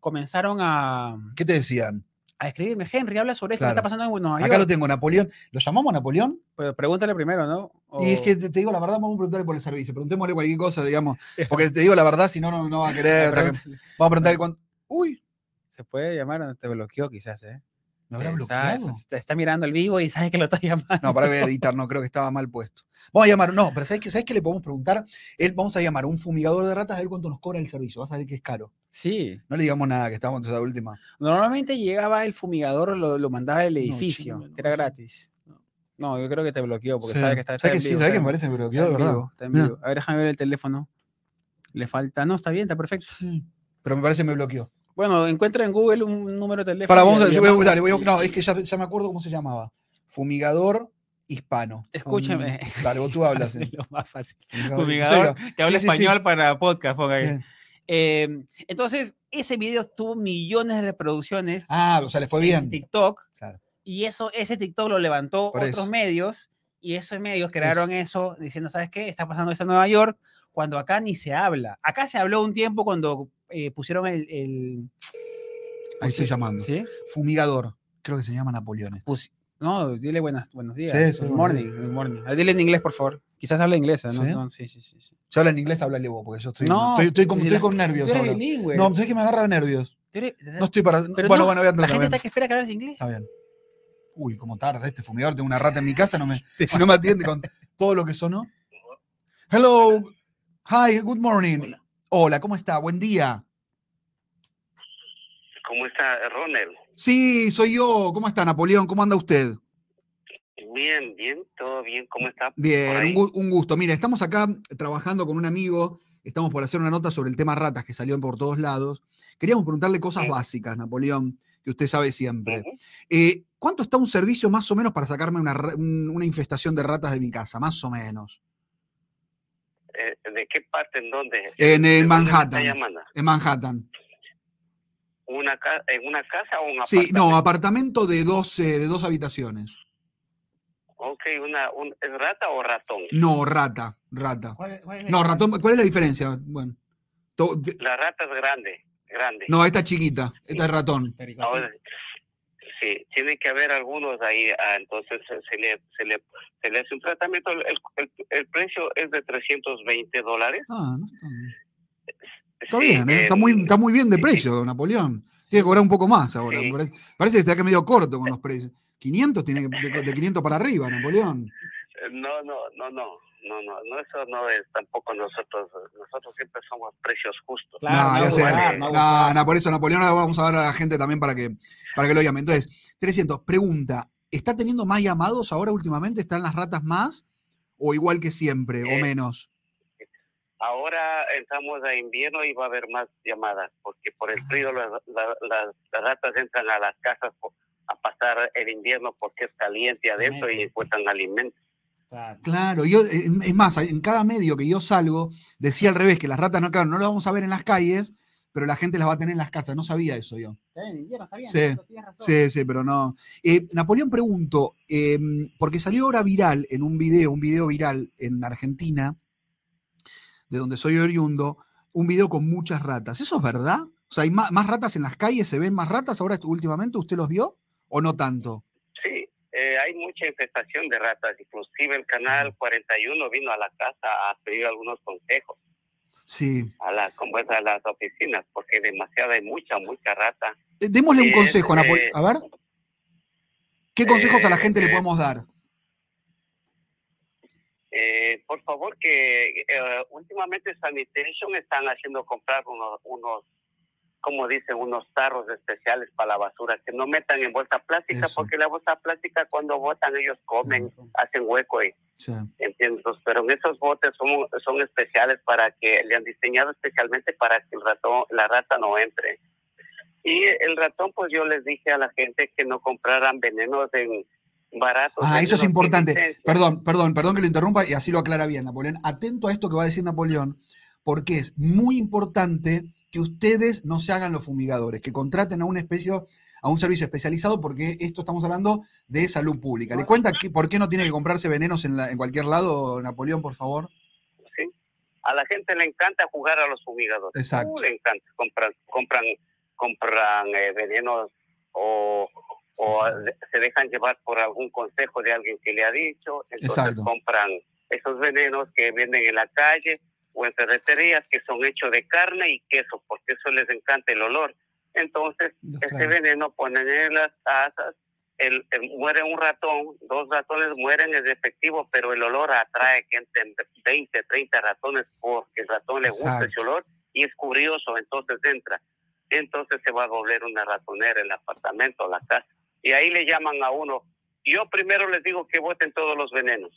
B: comenzaron a,
A: ¿Qué te decían?
B: a escribirme, Henry, habla sobre esto que
A: Claro.
B: está pasando en Buenos
A: Acá
B: Aires.
A: lo tengo, Napoleón. ¿Lo llamamos Napoleón?
B: Pero pregúntale primero, ¿no?
A: Y es
B: O-
A: que te, te digo la verdad, vamos a preguntarle por el servicio. Preguntémosle cualquier cosa, digamos.
B: *laughs*
A: Porque te digo la verdad, si no, no, no va a
B: le
A: querer. hasta que-
B: preguntas-
A: vamos a preguntarle cuánto. Uy,
B: Se puede llamar, o te bloqueó quizás, ¿eh?
A: ¿me habrá
B: Te- sabes,
A: bloqueado?
B: Te está mirando el vivo y *laughs* sabes que lo estás llamando.
A: *laughs* No, para voy a editar, no, creo que estaba mal puesto. Vamos a llamar, no, pero ¿sabes qué, ¿sabes qué le podemos preguntar? Él, vamos a llamar a un fumigador de ratas a ver cuánto nos cobra el servicio. Vas a ver que es caro.
B: Sí.
A: No le digamos nada, que estamos en esa última.
B: Normalmente llegaba el fumigador, lo, lo mandaba del
A: No,
B: edificio,
A: chinga, no,
B: que era
A: sí.
B: gratis. No, yo creo que te bloqueó porque
A: Sí.
B: sabe que está, está
A: ¿Sabes
B: en
A: que sí?
B: vivo,
A: ¿Sabes
B: está
A: que
B: en-
A: me parece que me
B: está
A: bloqueó,
B: en
A: de verdad?
B: vivo, está en
A: Mira.
B: vivo. A ver, déjame ver el teléfono. Le falta. No, está bien, está perfecto.
A: Sí. Pero me parece que me bloqueó.
B: Bueno, encuentra en Google un número de teléfono.
A: Para,
B: y
A: vamos
B: lo
A: a, yo voy a-
B: llamas
A: dale, voy a-
B: y-
A: no, es que ya, ya me acuerdo cómo se llamaba. Fumigador hispano. Fum-
B: Escúchame.
A: Dale, vos tú hablas. eh.
B: *laughs* *laughs* Es lo más fácil.
A: Fumigador-
B: Fumigador
A: Sí,
B: que habla
A: sí, sí.
B: español para podcast, ponga ahí.
A: sí.
B: Eh, entonces, ese video tuvo millones de reproducciones
A: Ah, o sea, le fue
B: en
A: bien.
B: TikTok.
A: Claro.
B: Y eso, ese TikTok lo levantó
A: Por
B: otros
A: eso.
B: medios. Y esos medios crearon eso diciendo, ¿sabes qué? Está pasando eso en Nueva York cuando acá ni se habla. Acá se habló un tiempo cuando eh, pusieron el... el-
A: Ahí estoy llamando.
B: ¿Sí?
A: Fumigador. Creo que se llama Napoleón. este.
B: Pus- no, dile buenas, buenos días.
A: Sí, sí, buenos
B: good morning, good morning. Ah, Dile en inglés, por favor. Quizás habla inglés. ¿eh? ¿no?
A: ¿Sí?
B: No, sí, sí, sí, sí.
A: Si habla en inglés, háblale vos, porque yo estoy,
B: No,
A: estoy, estoy con,
B: si
A: estoy
B: la-
A: con
B: Tú
A: nervios
B: eres
A: ahora.
B: bilingüe.
A: No, ¿sabes que me agarra de nervios?
B: Tú eres-
A: No estoy para.
B: pues. Pero
A: bueno,
B: no,
A: bueno, voy a
B: la
A: entrar.
B: gente
A: Está
B: está
A: bien.
B: que espera que hables inglés.
A: Está bien. Uy, cómo tarda este fumigador. Tengo una rata en mi casa. No me, si no me atiende con todo lo que sonó. Hello. Hi, good morning. Hola, ¿cómo está? Buen día.
C: ¿Cómo está Ronald?
A: Sí, soy yo. ¿Cómo está, Napoleón? ¿Cómo anda usted?
C: Bien, bien, todo bien. ¿Cómo está?
A: Bien,
C: Por
A: un,
C: ahí.
A: gu- un gusto. Mira, estamos acá trabajando con un amigo, estamos por hacer una nota sobre el tema ratas que salió por todos lados. Queríamos preguntarle cosas
C: Sí.
A: básicas, Napoleón, que usted sabe siempre.
C: Ujú.
A: Eh, ¿Cuánto está un servicio más o menos para sacarme una, ra- un- una infestación de ratas de mi casa? Más o menos.
C: Eh, ¿De qué parte, en dónde?
A: En, eh,
C: ¿De dónde me Está
A: Manhattan.
C: llamando?
A: En Manhattan.
C: ¿Una ca- ¿En una casa o un
A: Sí, no,
C: apartamento?
A: apartamento de dos, eh, de dos habitaciones.
C: Ok, una, un, ¿es rata o ratón?
A: No, rata, rata.
B: ¿Cuál- cuál es la
A: No,
B: diferencia?
A: ratón, ¿cuál es la diferencia? Bueno, to- te-
C: La rata es grande, grande.
A: no, esta es chiquita, esta es ratón.
B: Perico.
C: Ahora, sí, tiene que haber algunos ahí. ah, entonces se, se le, se, le, se le hace un tratamiento. El, el, el precio es de 320 dólares.
A: Ah, no está bien. Está
C: Sí,
A: bien, ¿eh? está,
C: en-
A: muy, está muy bien de
C: sí.
A: precio, Napoleón. Tiene que cobrar un poco más ahora.
C: Sí.
A: Parece, parece que se te ha quedado medio corto con los precios. 500 tiene que, de, de 500 para arriba, Napoleón.
C: Eh, No, no, no, no, no, no, no, eso no es tampoco nosotros, nosotros siempre somos precios justos.
B: Claro,
A: no,
B: no
A: ya sé.
B: abusar, no
A: No,
B: abusar.
A: no, por eso Napoleón, ahora vamos a hablar a la gente también para que, para que lo llame. Entonces, 300, pregunta, ¿está teniendo más llamados ahora últimamente? ¿Están las ratas más? ¿O igual que siempre? ¿O
C: Eh,
A: menos?
C: Ahora entramos a invierno y va a haber más llamadas, porque por el frío las, la- las- las ratas entran a las casas po- a pasar el invierno porque es caliente adentro y
B: meten.
C: encuentran alimentos.
B: Claro.
A: Claro, yo, eh, es más, en cada medio que yo salgo, decía al revés, que las ratas no, claro, no las vamos a ver en las calles, pero la gente las va a tener en las casas. No sabía eso yo.
B: Está bien, invierno, está bien.
A: Sí,
B: eso tienes razón.
A: Sí, sí, pero no. Eh, Napoleón pregunto, eh, porque salió ahora viral en un video, un video viral en Argentina, de donde soy oriundo, un video con muchas ratas. ¿Eso es verdad? O sea, ¿hay ma- más, ratas en las calles? ¿Se ven más ratas ahora est- últimamente? ¿Usted los vio? ¿O no tanto?
C: Sí, eh, hay mucha infestación de ratas, inclusive el canal 41 vino a la casa a pedir algunos consejos.
A: Sí.
C: a la, como es a las oficinas, porque demasiada hay mucha, mucha rata.
A: Eh, Démosle un
C: Eh,
A: consejo a Napoleón.
C: eh,
A: A ver. ¿Qué consejos a la
C: eh,
A: gente le
C: eh,
A: podemos dar?
C: Eh, por favor, que eh, últimamente Sanitation están haciendo comprar unos, unos, como dicen, unos tarros especiales para la basura, que no metan en bolsa plástica,
A: Eso.
C: porque la bolsa plástica cuando botan ellos comen, hacen hueco y
A: Sí.
C: entiendes, pero en esos botes son, son especiales para que le han diseñado especialmente para que el ratón, la rata no entre. Y el ratón, pues yo les dije a la gente que no compraran venenos en baratos.
A: Ah, eso es
C: venenos sin
A: importante.
C: licencia.
A: Perdón, perdón, perdón que lo interrumpa y así lo aclara bien, Napoleón. Atento a esto que va a decir Napoleón, porque es muy importante que ustedes no se hagan los fumigadores, que contraten a un especio, a un servicio especializado, porque esto estamos hablando de salud pública. ¿Le cuenta que, por qué no tiene que comprarse venenos en, la- en cualquier lado, Napoleón, por favor?
C: Sí. A la gente le encanta jugar a los fumigadores.
A: Exacto.
C: Uh, le encanta. Compran, compran, compran eh, venenos o, o se dejan llevar por algún consejo de alguien que le ha dicho. Entonces
A: Exacto.
C: compran esos venenos que venden en la calle o en ferreterías que son hechos de carne y queso, porque eso les encanta el olor. Entonces,
A: Y los
C: este
A: traen.
C: veneno ponen en las tazas, el, el- muere un ratón, dos ratones mueren en efectivo, pero el olor atrae que entren 20, 30 ratones porque el ratón le gusta
A: Exacto.
C: ese olor y es curioso, entonces entra. Entonces se va a volver una ratonera en el apartamento, la casa. Y ahí le llaman a uno. Yo primero les digo que voten todos los venenos.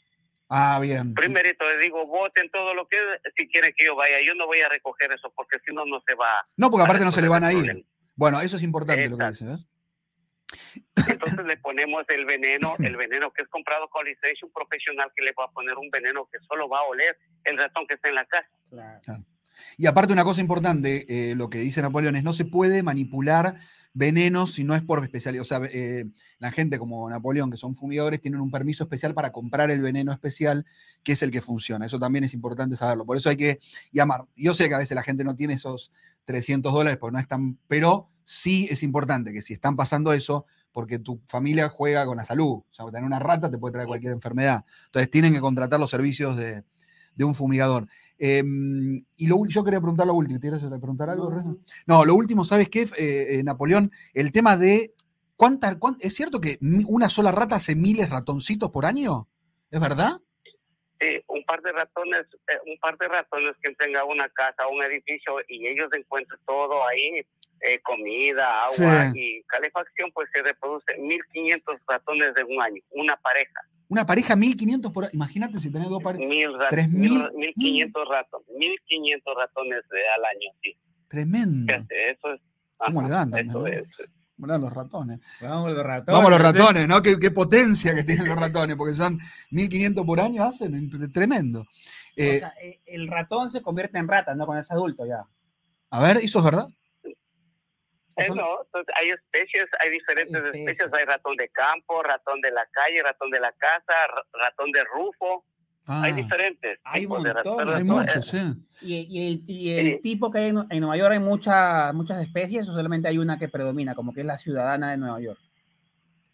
A: Ah, bien.
C: Primerito les digo, voten todo lo que si quieren que yo vaya. Yo no voy a recoger eso porque si no, no se va. a
A: No, porque aparte no se le van a
C: resolver el
A: ir. Bueno, eso es importante lo que dice. ¿eh? ¿ves?
C: Entonces le ponemos el veneno, el veneno que es comprado con licencia, un profesional que le va a poner un veneno que solo va a oler el ratón que está en la casa.
B: Claro.
A: Y aparte una cosa importante, eh, lo que dice Napoleón es no se puede manipular venenos si no es por especialidad. O sea, eh, la gente como Napoleón, que son fumigadores, tienen un permiso especial para comprar el veneno especial, que es el que funciona. Eso también es importante saberlo. Por eso hay que llamar. Yo sé que a veces la gente no tiene esos 300 dólares, porque no están, pero sí es importante que si están pasando eso, porque tu familia juega con la salud. O sea, tener una rata te puede traer cualquier enfermedad. Entonces tienen que contratar los servicios de, de un fumigador. Eh, y lo, ul- yo quería preguntar lo último. ¿Quieres preguntar algo,
B: No,
A: Renzo?
B: no.
A: No, lo último, ¿sabes qué, eh, eh, Napoleón? El tema de cuántas, es cierto que mi- una sola rata hace miles ratoncitos por año, ¿es verdad?
C: Sí, Eh, un par de ratones, eh, un par de ratones que tenga una casa, un edificio y ellos encuentran todo ahí, eh, comida, agua y calefacción, pues se reproducen 1500 ratones de un año, una pareja,
A: Una pareja 1500 por año. Imagínate si tenés dos parejas.
C: mil
A: ¿Tres
C: ratones,
A: mil?
C: 1500 ratones, 1500 ratones de, al año, sí.
A: Tremendo.
C: Fíjate, eso es.
A: ¿Cómo le dan también,
C: eso
A: no?
C: es.
A: Mirá los ratones.
B: Vamos los ratones.
A: Vamos, los ratones, ¿no? Qué, qué potencia que tienen los ratones, porque son 1500 por año, hacen imp- tremendo.
B: *laughs* O
A: Eh,
B: sea, eh, el ratón se convierte en rata, ¿no? Cuando es adulto ya.
A: a ver, ¿eso es verdad?
C: Eh,
B: Son-
C: no, pues, hay especies, hay diferentes
B: Especies.
C: especies. Hay ratón de campo, ratón de la calle, ratón de la casa, ra- ratón de rufo.
A: Ah,
C: hay diferentes.
B: Hay
C: tipos de
B: montón,
C: ratones.
A: hay
B: ratón,
A: muchos, sí.
B: Y, y el, y el
C: Sí.
A: Eh.
B: tipo que hay en, en Nueva York hay mucha- muchas especies o solamente hay una que predomina, como que es la ciudadana de Nueva York.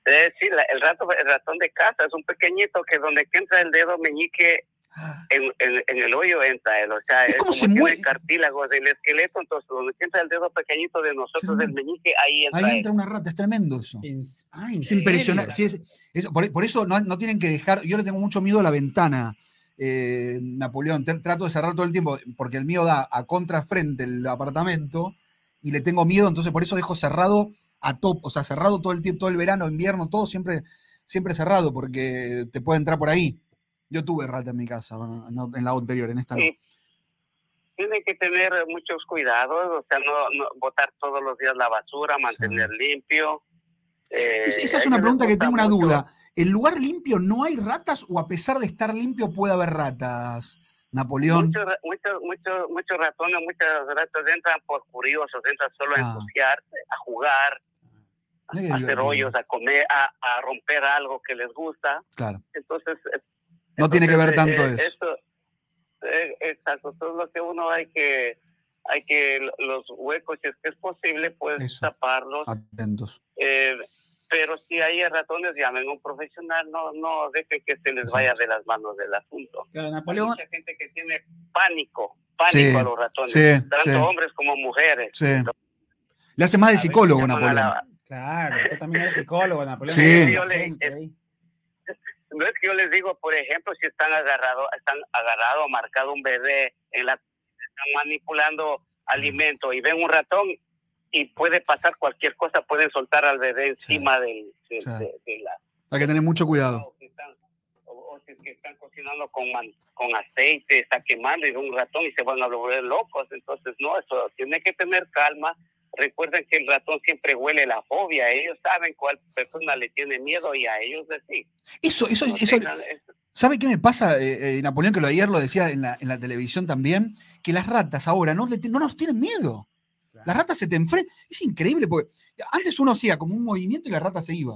C: Eh, sí, la- el, rato, el ratón de casa es un pequeñito que donde que entra el dedo meñique
A: Ah,
C: en, en- en el hoyo entra él, o sea,
A: Es
C: eh,
A: como se
C: tiene
A: mueve.
C: cartílagos del esqueleto, entonces donde siempre el dedo pequeñito de nosotros, del meñique, ahí entra
A: Ahí
C: él.
A: entra una rata, es tremendo eso.
B: En- ah, ¿en
A: Es impresionante.
B: serio?
A: sí, es- es- por, por eso no, no tienen que dejar. Yo le tengo mucho miedo a la ventana, eh, Napoleón. Te- trato de cerrar todo el tiempo, porque el mío da a contrafrente el apartamento y le tengo miedo, entonces por eso dejo cerrado a top, o sea, cerrado todo el tiempo, todo el verano, invierno, todo siempre, siempre cerrado, porque te puede entrar por ahí. Yo tuve rata en mi casa, bueno, no- en la anterior, en esta no.
C: Sí. Tiene que tener eh, muchos cuidados, o sea, no, no botar todos los días la basura, mantener limpio. eh,
A: Es- esa es
C: a
A: una
C: ellos les
A: pregunta que
C: gusta
A: tengo una
C: mucho.
A: duda. ¿En lugar limpio no hay ratas o a pesar de estar limpio puede haber ratas, Napoleón?
C: Muchos ra- muchos- muchos- muchos ratones, muchas ratas entran por curiosos, entran solo
A: Ah.
C: a ensuciar, a jugar, a,
A: Mira qué
C: a hacer
A: divertido.
C: hoyos, a comer, a, a romper algo que les gusta.
A: Claro.
C: Entonces, eh,
A: No tiene que ver
C: entonces,
A: tanto
C: eh,
A: eso.
C: esto- eh, exacto, todo lo que uno hay que, hay que los huecos, si es que es posible, pues
A: Eso.
C: taparlos.
A: Atentos.
C: Eh, pero si hay ratones, llamen a un profesional, no, no dejen que se les vaya de las manos del asunto.
B: Claro,
C: Hay
B: Napoleón,
C: mucha gente que tiene pánico, pánico
A: Sí,
C: a los ratones,
A: Sí,
C: tanto
A: sí,
C: hombres como mujeres.
A: sí. Le hace más de
B: A veces
A: psicólogo,
C: Llaman a
A: Napoleón.
C: la-
B: claro, tú también eres psicólogo, Napoleón.
A: Sí.
B: Hay
C: Yo le-
B: gente ahí.
C: no es que yo les digo, por ejemplo, si están agarrado, están agarrado, marcado un bebé, en la, están manipulando alimento y ven un ratón y puede pasar cualquier cosa, pueden soltar al bebé encima del, de-
A: Sí.
C: de- de la
A: Hay que tener mucho cuidado.
C: o que están, o- o si es que están cocinando con, man- con aceite, está quemando y un ratón y se van a volver locos. Entonces, no, eso tiene que tener calma. Recuerden que el ratón siempre huele la fobia. Ellos saben cuál persona le tiene miedo y a ellos de sí.
A: Eso, eso,
C: No
A: eso.
C: tengan eso.
A: ¿Sabe qué me pasa, eh, eh, Napoleón? Que lo ayer lo decía en la, en la televisión también, que las ratas ahora no, le ti- no nos tienen miedo.
B: Claro.
A: Las ratas se te enfrentan. Es increíble porque antes uno hacía como un movimiento y la rata se iba.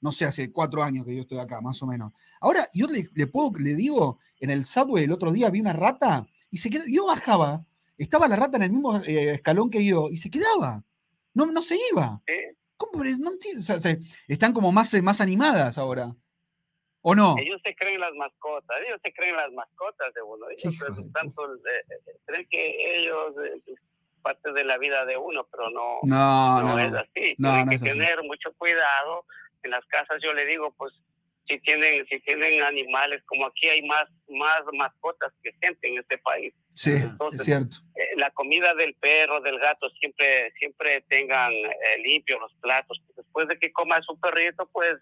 A: No sé, hace cuatro años que yo estoy acá, más o menos. Ahora, yo le, le puedo, le digo, en el subway el otro día vi una rata y se quedó. Yo bajaba, estaba la rata en el mismo eh, escalón que yo y se quedaba. No, no se iba.
C: Sí,
A: ¿Cómo? Pero No entiendo. o sea, se- están como más, eh, más animadas ahora. ¿O no?
C: Ellos se creen las mascotas. Ellos se creen las mascotas de uno. Ellos
A: Hijo de
C: tanto, eh, eh, creen que ellos eh, parte de la vida de uno, pero no.
A: Ah, No,
C: no
A: no.
C: es así.
A: No,
C: Tienen
A: no
C: que
A: es así.
C: tener mucho cuidado. En las casas yo le digo, pues, si tienen, si tienen animales, como aquí hay más, más mascotas que gente en este país.
A: Sí, es
C: Entonces,
A: cierto.
C: eh, la comida del perro, del gato, siempre, siempre tengan eh, limpios los platos. Después de que coma su perrito, pues,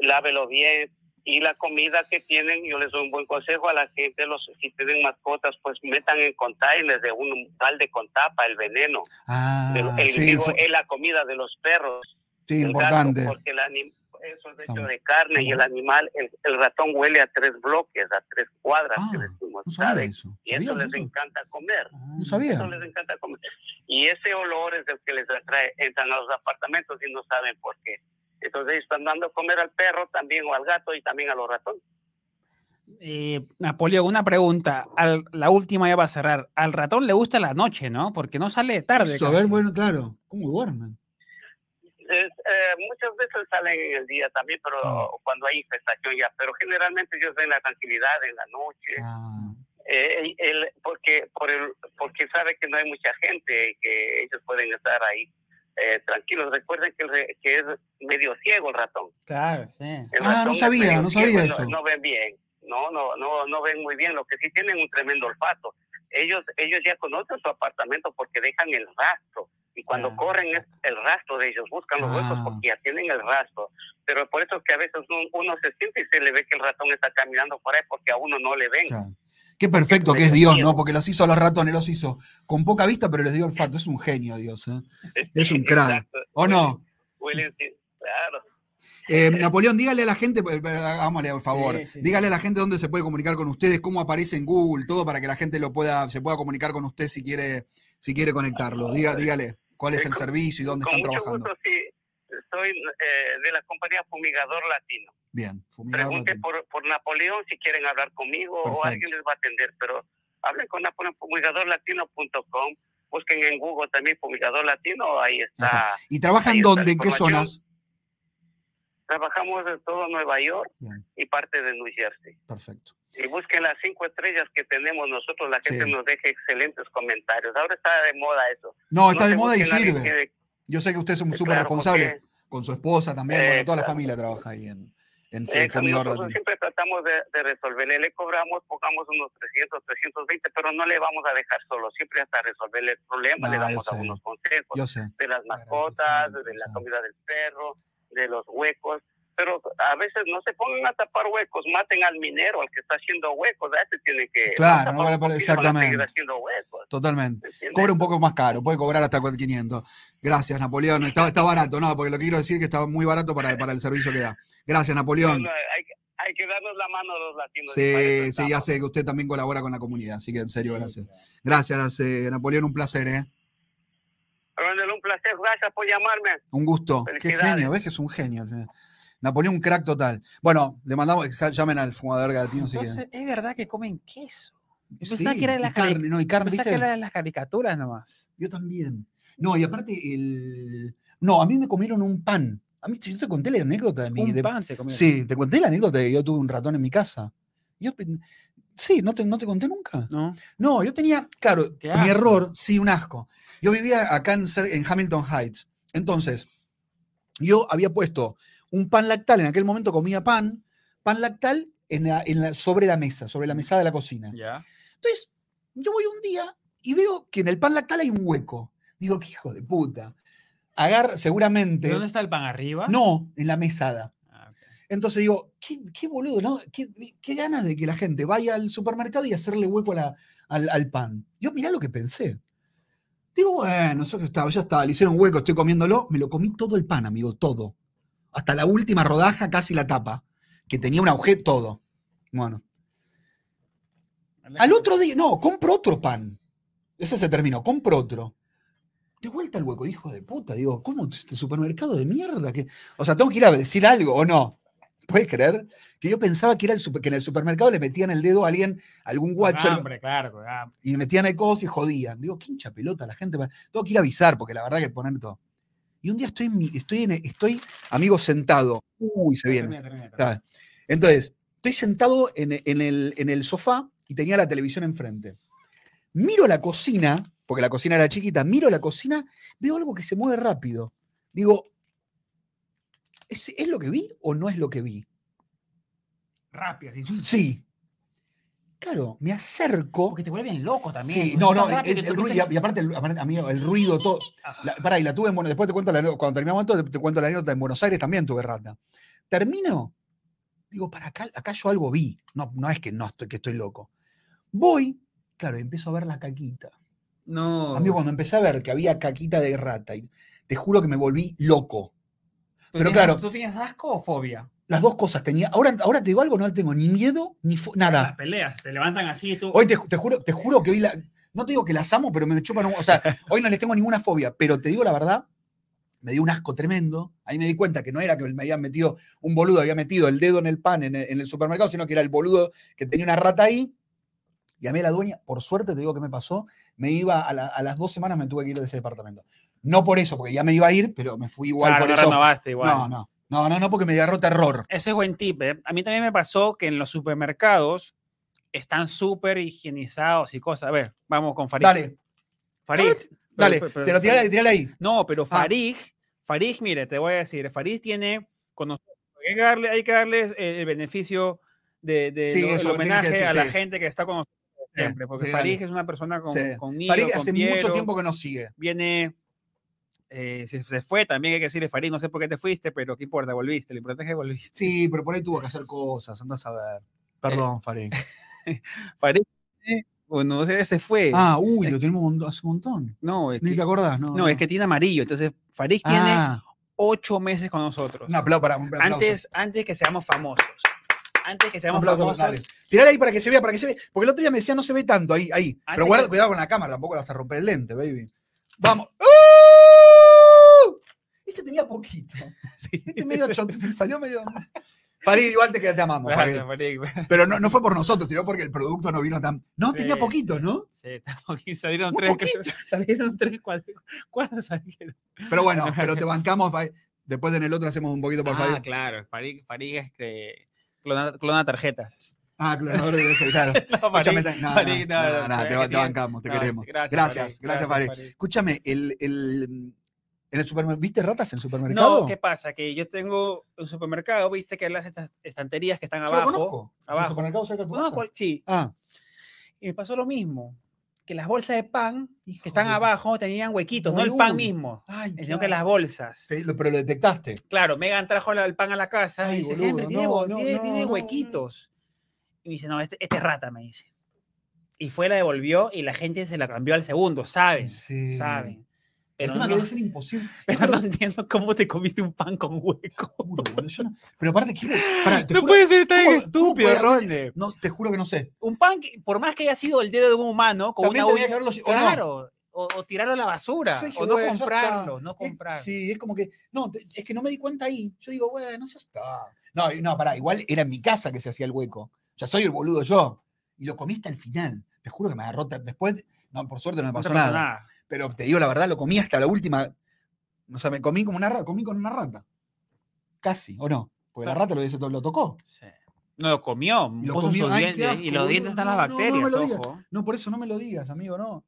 C: lávelo bien. Y la comida que tienen, yo les doy un buen consejo a la gente, los, si tienen mascotas, pues metan en containers de un balde con tapa el veneno.
A: Ah,
C: Del- el
A: sí,
C: vivo
A: fu-
C: es la comida de los perros.
A: sí,
C: del gato,
A: importante.
C: porque el anim- eso es hecho
A: Estamos-
C: de carne y el animal, el, el ratón huele a tres bloques, a tres cuadras,
A: Ah,
C: que decimos,
A: No sabía
C: ¿saben?
A: eso.
C: Y eso
A: ¿Sabías
C: les
A: eso?
C: encanta comer.
B: Ah.
A: No sabía.
C: Eso les encanta comer. Y ese olor es el que les atrae, entran a los apartamentos y no saben por qué. Entonces ellos están dando a comer al perro también o al gato y también a los ratones.
B: Eh, Napoleón, una pregunta. Al- la última ya va a cerrar. Al ratón le gusta la noche, ¿no? Porque no sale tarde.
A: Eso, a ver,
B: casi.
A: bueno, claro. ¿Cómo duermen?
C: Es, eh, muchas veces salen en el día también, pero
A: Ah.
C: cuando hay infestación ya, pero generalmente ellos ven la tranquilidad en la noche.
A: Ah,
C: Eh, él- porque por el, porque sabe que no hay mucha gente y que ellos pueden estar ahí eh, tranquilos. Recuerden que, el re- que es medio ciego el ratón.
B: Claro, sí.
C: El
A: Ah, no
C: ratón es
A: sabía,
C: medio
A: no sabía
C: ciego y
A: eso.
C: No, ven bien, no, no, no, no ven muy bien. Lo que sí tienen un tremendo olfato. Ellos, ellos ya conocen su apartamento porque dejan el rastro. Y cuando
B: Ah.
C: corren es el rastro de ellos, buscan los huecos
A: Ah.
C: porque ya tienen el rastro. Pero por eso es que a veces un- uno se siente y se le ve que el ratón está caminando por ahí porque a uno no le ven.
A: claro. Qué perfecto que es Dios, ¿no? Porque los hizo a los ratones, los hizo con poca vista, pero les dio olfato. Es un genio, Dios. ¿eh? *laughs* Es un crack.
C: Exacto.
A: ¿O no?
C: Huelen, sí, claro.
A: Eh, Napoleón, dígale a la gente, eh, eh, hagámosle por favor,
B: Sí, sí,
A: dígale
B: sí.
A: a la gente dónde se puede comunicar con ustedes, cómo aparece en Google, todo para que la gente lo pueda, se pueda comunicar con usted si quiere, si quiere conectarlo. Diga- dígale cuál es el
C: Eh, Con-
A: servicio y dónde
C: Con
A: están
C: mucho
A: trabajando.
C: gusto, sí. Soy eh, de la compañía Fumigador Latino.
A: Bien, fumigador.
C: Pregunte
A: latino.
C: por, por Napoleón si quieren hablar conmigo o
A: Perfecto.
C: alguien les va a atender, pero hablen con Napoleón, fumigadorlatino.com. Busquen en Google también Fumigador Latino, ahí está.
A: ¿Y trabajan
C: ahí está la
A: dónde? ¿En qué
C: información.
A: zonas?
C: Trabajamos en todo Nueva York
A: Bien.
C: y parte de New Jersey.
A: Perfecto.
C: y busquen las cinco estrellas que tenemos nosotros. La gente
A: Sí.
C: nos deja excelentes comentarios. Ahora está de moda eso.
A: No, está
C: No
A: de
C: se
A: moda y
C: busquen a alguien
A: sirve.
C: que-
A: Yo sé que usted es un
C: que,
A: súper
C: Eh, claro,
A: responsable
C: porque,
A: con su esposa también,
C: Eh,
A: bueno, toda la
C: claro.
A: familia trabaja ahí en, en
C: eh,
A: el Comedor
C: nosotros
A: Latino.
C: siempre tratamos de, de resolverle. Le cobramos, pongamos unos 300, 320, pero no le vamos a dejar solo. Siempre hasta resolverle el problema.
A: Ah,
C: le
A: yo
C: damos
A: sé.
C: algunos consejos.
A: Yo sé.
C: de las
B: Claro,
C: mascotas,
B: sí,
C: de la
A: sí.
C: comida del perro, de los huecos. Pero a veces no se pongan a tapar huecos, maten al minero, al que está haciendo huecos. A ese tiene que.
A: Claro,
C: tapar
A: no vale
C: un
A: para-
C: poquito, van a seguir
A: exactamente.
C: haciendo huecos.
A: Totalmente.
C: ¿entiendes?
A: Cobra un poco más caro, puede cobrar hasta 500. Gracias, Napoleón. Está, está barato, no, porque lo que quiero decir es que está muy barato para, para el servicio que da. Gracias,
C: No,
A: Napoleón.
C: no, hay, que- hay que darnos la mano a los latinos. y para
A: Sí,
C: eso
A: sí, ya
C: estamos.
A: sé que usted también colabora con la comunidad, así que en serio, gracias. Gracias, eh, Napoleón, un placer, ¿eh?
C: Ronald, un placer, gracias por llamarme.
A: Un gusto. Qué
C: Felicidades.
A: genio, ves que es un genio. Napoleón, un crack total. Bueno, le mandamos, ja- llamen al fumador gatino si quieren.
B: Entonces, es verdad que comen queso.
A: Sí,
B: pensaba que era de
A: y
B: las
A: carne, no, y carne,
B: Pensaba
A: ¿viste?
B: que era de las caricaturas nomás.
A: Yo también. No, y aparte, el... no, a mí me comieron un pan. A mí, yo te conté la anécdota de mi...
B: Un
A: de-
B: pan se comió.
A: Sí, te conté la anécdota de que yo tuve un ratón en mi casa. Yo... pen- Sí, no te, no te conté nunca.
B: ¿No?
A: No, yo tenía, claro,
B: Qué
A: mi
B: asco.
A: error, sí, un asco. Yo vivía acá en, cer- en Hamilton Heights. Entonces, yo había puesto un pan lactal, en aquel momento comía pan, pan lactal en la- en la- sobre la mesa, sobre la mesada de la cocina.
B: Ya.
A: Entonces, yo voy un día y veo que en el pan lactal hay un hueco. Digo, qué hijo de puta. Agar, seguramente.
B: ¿Dónde está el pan arriba?
A: No, en la mesada.
B: Ah, ok.
A: Entonces digo, qué, qué boludo, ¿no? ¿Qué, qué ganas de que la gente vaya al supermercado y hacerle hueco a la- al, al pan. Yo mirá lo que pensé. Digo, bueno, eso que estaba, ya estaba, le hicieron hueco, estoy comiéndolo. Me lo comí todo el pan, amigo, todo. Hasta la última rodaja, casi la tapa, que tenía un agujero, todo. Bueno. Al otro día, no, compro otro pan. Ese se terminó, compro otro. De vuelta al hueco, hijo de puta. Digo, ¿cómo este supermercado de mierda? Que... O sea, tengo que ir a decir algo o no. ¿Puedes creer? Que yo pensaba que, era el super- que en el supermercado le metían el dedo a alguien, a algún
B: Con
A: guacho, al-
B: hambre, claro, con hambre.
A: y le metían el coso y jodían. Digo, qué hincha pelota la gente. va- Tengo que ir a avisar, porque la verdad que poner todo. Y un día estoy, en mi- estoy, en- estoy amigo, sentado. Uy, se viene.
B: Termina, termina, termina.
A: Está. Entonces, estoy sentado en, e- en el, en el sofá y tenía la televisión enfrente. Miro la cocina, porque la cocina era chiquita, miro la cocina, veo algo que se mueve rápido. Digo, ¿es, es lo que vi o no es lo que vi?
B: Rápido, así.
A: Sí. Claro, me acerco.
B: Porque te vuelven loco también.
A: Sí,
B: pues,
A: no,
B: es
A: no,
B: tan rápido
A: es
B: que
A: el
B: tú
A: ruido,
B: piensas-
A: y aparte, el, aparte, amigo, el ruido, todo.
B: Ah,
A: La, pará, y la tuve en Buenos después te cuento la anécdota, cuando terminamos esto, te, te cuento la anécdota, en Buenos Aires también tuve rata. Termino, digo, para acá, acá yo algo vi, no, no es que no estoy, que estoy loco. Voy, claro, y empiezo a ver la caquita.
B: No.
A: Amigo, cuando empecé a ver que había caquita de rata, y te juro que me volví loco.
B: ¿Tú
A: pero
B: tienes-
A: claro.
B: ¿Tú tienes asco o fobia?
A: Las dos cosas tenía, ahora, ahora te digo algo, no le tengo ni miedo ni fo-
B: Las
A: nada.
B: peleas, te levantan así y tú.
A: Ah. Hoy te, ju- te juro, te juro que hoy la- no te digo que las amo, pero me chupan un, o sea, hoy no les tengo ninguna fobia, pero te digo la verdad, me dio un asco tremendo. Ahí me di cuenta que no era que me habían metido un boludo, había metido el dedo en el pan en el, en el supermercado, sino que era el boludo que tenía una rata ahí. Llamé a la dueña, por suerte te digo que me pasó, me iba a, la- a las dos semanas me tuve que ir de ese departamento. No por eso, porque ya me iba a ir, pero me fui igual
B: Claro,
A: por
B: no
A: eso.
B: renovaste igual.
A: No, no, no, no, no, porque me agarró terror.
B: Ese es buen tip. ¿eh? A mí también me pasó que en los supermercados están súper higienizados y cosas. A ver, vamos con Farid.
A: Dale,
B: Farid.
A: dale,
B: pero- pero-
A: te lo tiré, tiré ahí.
B: No, pero
A: Ah.
B: Farid, Farid, mire, te voy a decir, Farid tiene, con nosotros, hay que darle, hay que darles el, el beneficio del de,
A: Sí,
B: lo- el
A: eso lo tienes que
B: homenaje
A: decir,
B: a la
A: sí.
B: gente que está con nosotros
A: Sí,
B: siempre, porque
A: sí, dale.
B: Farid es una persona con,
A: Sí.
B: con hilo,
A: Farid
B: con
A: hace mucho
B: Piero,
A: tiempo que nos sigue.
B: viene, eh, se, se fue también, hay que decirle, Farid, no sé por qué te fuiste, pero qué importa, volviste, lo importante es que volviste.
A: Sí, pero por ahí tuvo que hacer cosas, andás a
B: Eh.
A: ver. Perdón,
B: *laughs*
A: Farid.
B: Farid, eh, o no sé, se fue.
A: Ah, uy, lo tenemos un montón- hace un montón.
B: no, es
A: Ni te
B: que,
A: acordás, ¿no?
B: no, es que tiene amarillo, entonces Farid tiene
A: Ah,
B: ocho meses con nosotros.
A: un aplauso para un aplauso.
B: antes, antes que seamos famosos. Antes que
A: Un
B: seamos
A: aplauso,
B: famosos.
A: dale. Tirá ahí para que se vea, para que se vea. Porque el otro día me decía no se ve tanto ahí, ahí. Pero
B: Antes
A: guarda,
B: que-
A: cuidado con la cámara, tampoco la vas a romper el lente, baby. Vamos.
B: *laughs*
A: ¡Uh! Este tenía poquito.
B: *laughs* Sí.
A: Este
B: *laughs*
A: medio chot, *laughs* salió medio. Farid, igual te, te amamos, Farid.
B: Gracias, Farid.
A: Pero no, no fue por nosotros, sino porque el producto no vino tan. No, tenía
B: Sí.
A: poquito, ¿no?
B: Sí, estamos aquí, salieron
A: Muy
B: tres. *laughs* Salieron tres, cuatro. ¿Cuántos salieron?
A: Pero
B: *laughs*
A: bueno, pero te bancamos. Farid. Después en el otro hacemos un poquito por
B: ah,
A: Farid.
B: claro. Farid, Farid este, clona, clona tarjetas.
A: Ah, claro, ahora debe ser,
B: *laughs*
A: claro.
B: No,
A: Escúchame, *laughs*
B: París,
A: no, no,
B: París, no,
A: no,
B: no,
A: no, te,
B: París, que
A: te
B: tiene-
A: bancamos, te
B: no,
A: queremos.
B: Gracias,
A: Gracias,
B: París,
A: gracias, París. Escúchame, el, el, en el supermercado, ¿viste ratas en el supermercado?
B: No, ¿qué pasa? Que yo tengo un supermercado, viste que las estas estanterías que están
A: Yo lo
B: abajo.
A: conozco.
B: abajo.
A: El supermercado cerca de tu
B: No,
A: casa.
B: cual- sí.
A: Ah,
B: Y me pasó lo mismo. Que las bolsas de pan
A: hijo
B: que están
A: de-
B: abajo tenían huequitos, no el pan
A: Boludo.
B: mismo,
A: Ay,
B: sino que
A: claro.
B: las bolsas.
A: Sí, lo- pero lo detectaste.
B: Claro, Megan trajo la- el pan a la casa
A: Ay,
B: y dice,
A: boludo,
B: Henry, tiene,
A: no,
B: bol-
A: no,
B: tiene-
A: no,
B: tiene
A: no, no.
B: huequitos. Y me dice, no, este, este es rata, me dice. Y fue, la devolvió y la gente se la cambió al segundo, saben,
A: Sí.
B: saben.
A: El
B: Pero
A: tema
B: no,
A: que debe ser imposible.
B: *laughs* pero no entiendo cómo te comiste un pan con hueco.
A: Juro, boludo, yo no- Pero aparte, ¿qué?
B: *laughs*
A: Pará, te
B: No
A: juro-
B: puede ser tan
A: ¿cómo- cómo puede
B: estúpido,
A: haber-
B: Ronde.
A: No, te juro que no sé.
B: Un pan, que, por más que haya sido el dedo de un humano, con
A: También
B: una
A: tenía
B: uña-
A: que haberlo lle- ¿o no?
B: Claro, o, o tirarlo a la basura,
A: Yo dije,
B: o no
A: "Bueno, ya está".
B: comprarlo, no
A: Es-
B: comprarlo.
A: Sí, es como que. No, te- es que no me di cuenta ahí. Yo digo, bueno, ya está. No, y- no, pará, igual era en mi casa que se hacía el hueco. Ya soy el boludo yo. Y lo comí hasta el final. Te juro que me agarró. ta- Después, no, por suerte no me
B: No te
A: pasó, nada. Pero te digo la verdad, lo comí hasta la última. O sea, me comí como una rata, comí con una rata. Casi, ¿o no? Porque
B: Claro.
A: la rata lo, hizo- lo tocó.
B: Sí. No lo comió,
A: lo
B: puso
A: comió.
B: sus
A: Ay, qué
B: dientes,
A: asco,
B: y
A: boludo.
B: los dientes están las
A: No, no, no me
B: bacterias,
A: lo digas.
B: ojo.
A: No, por eso no me lo digas, amigo, no.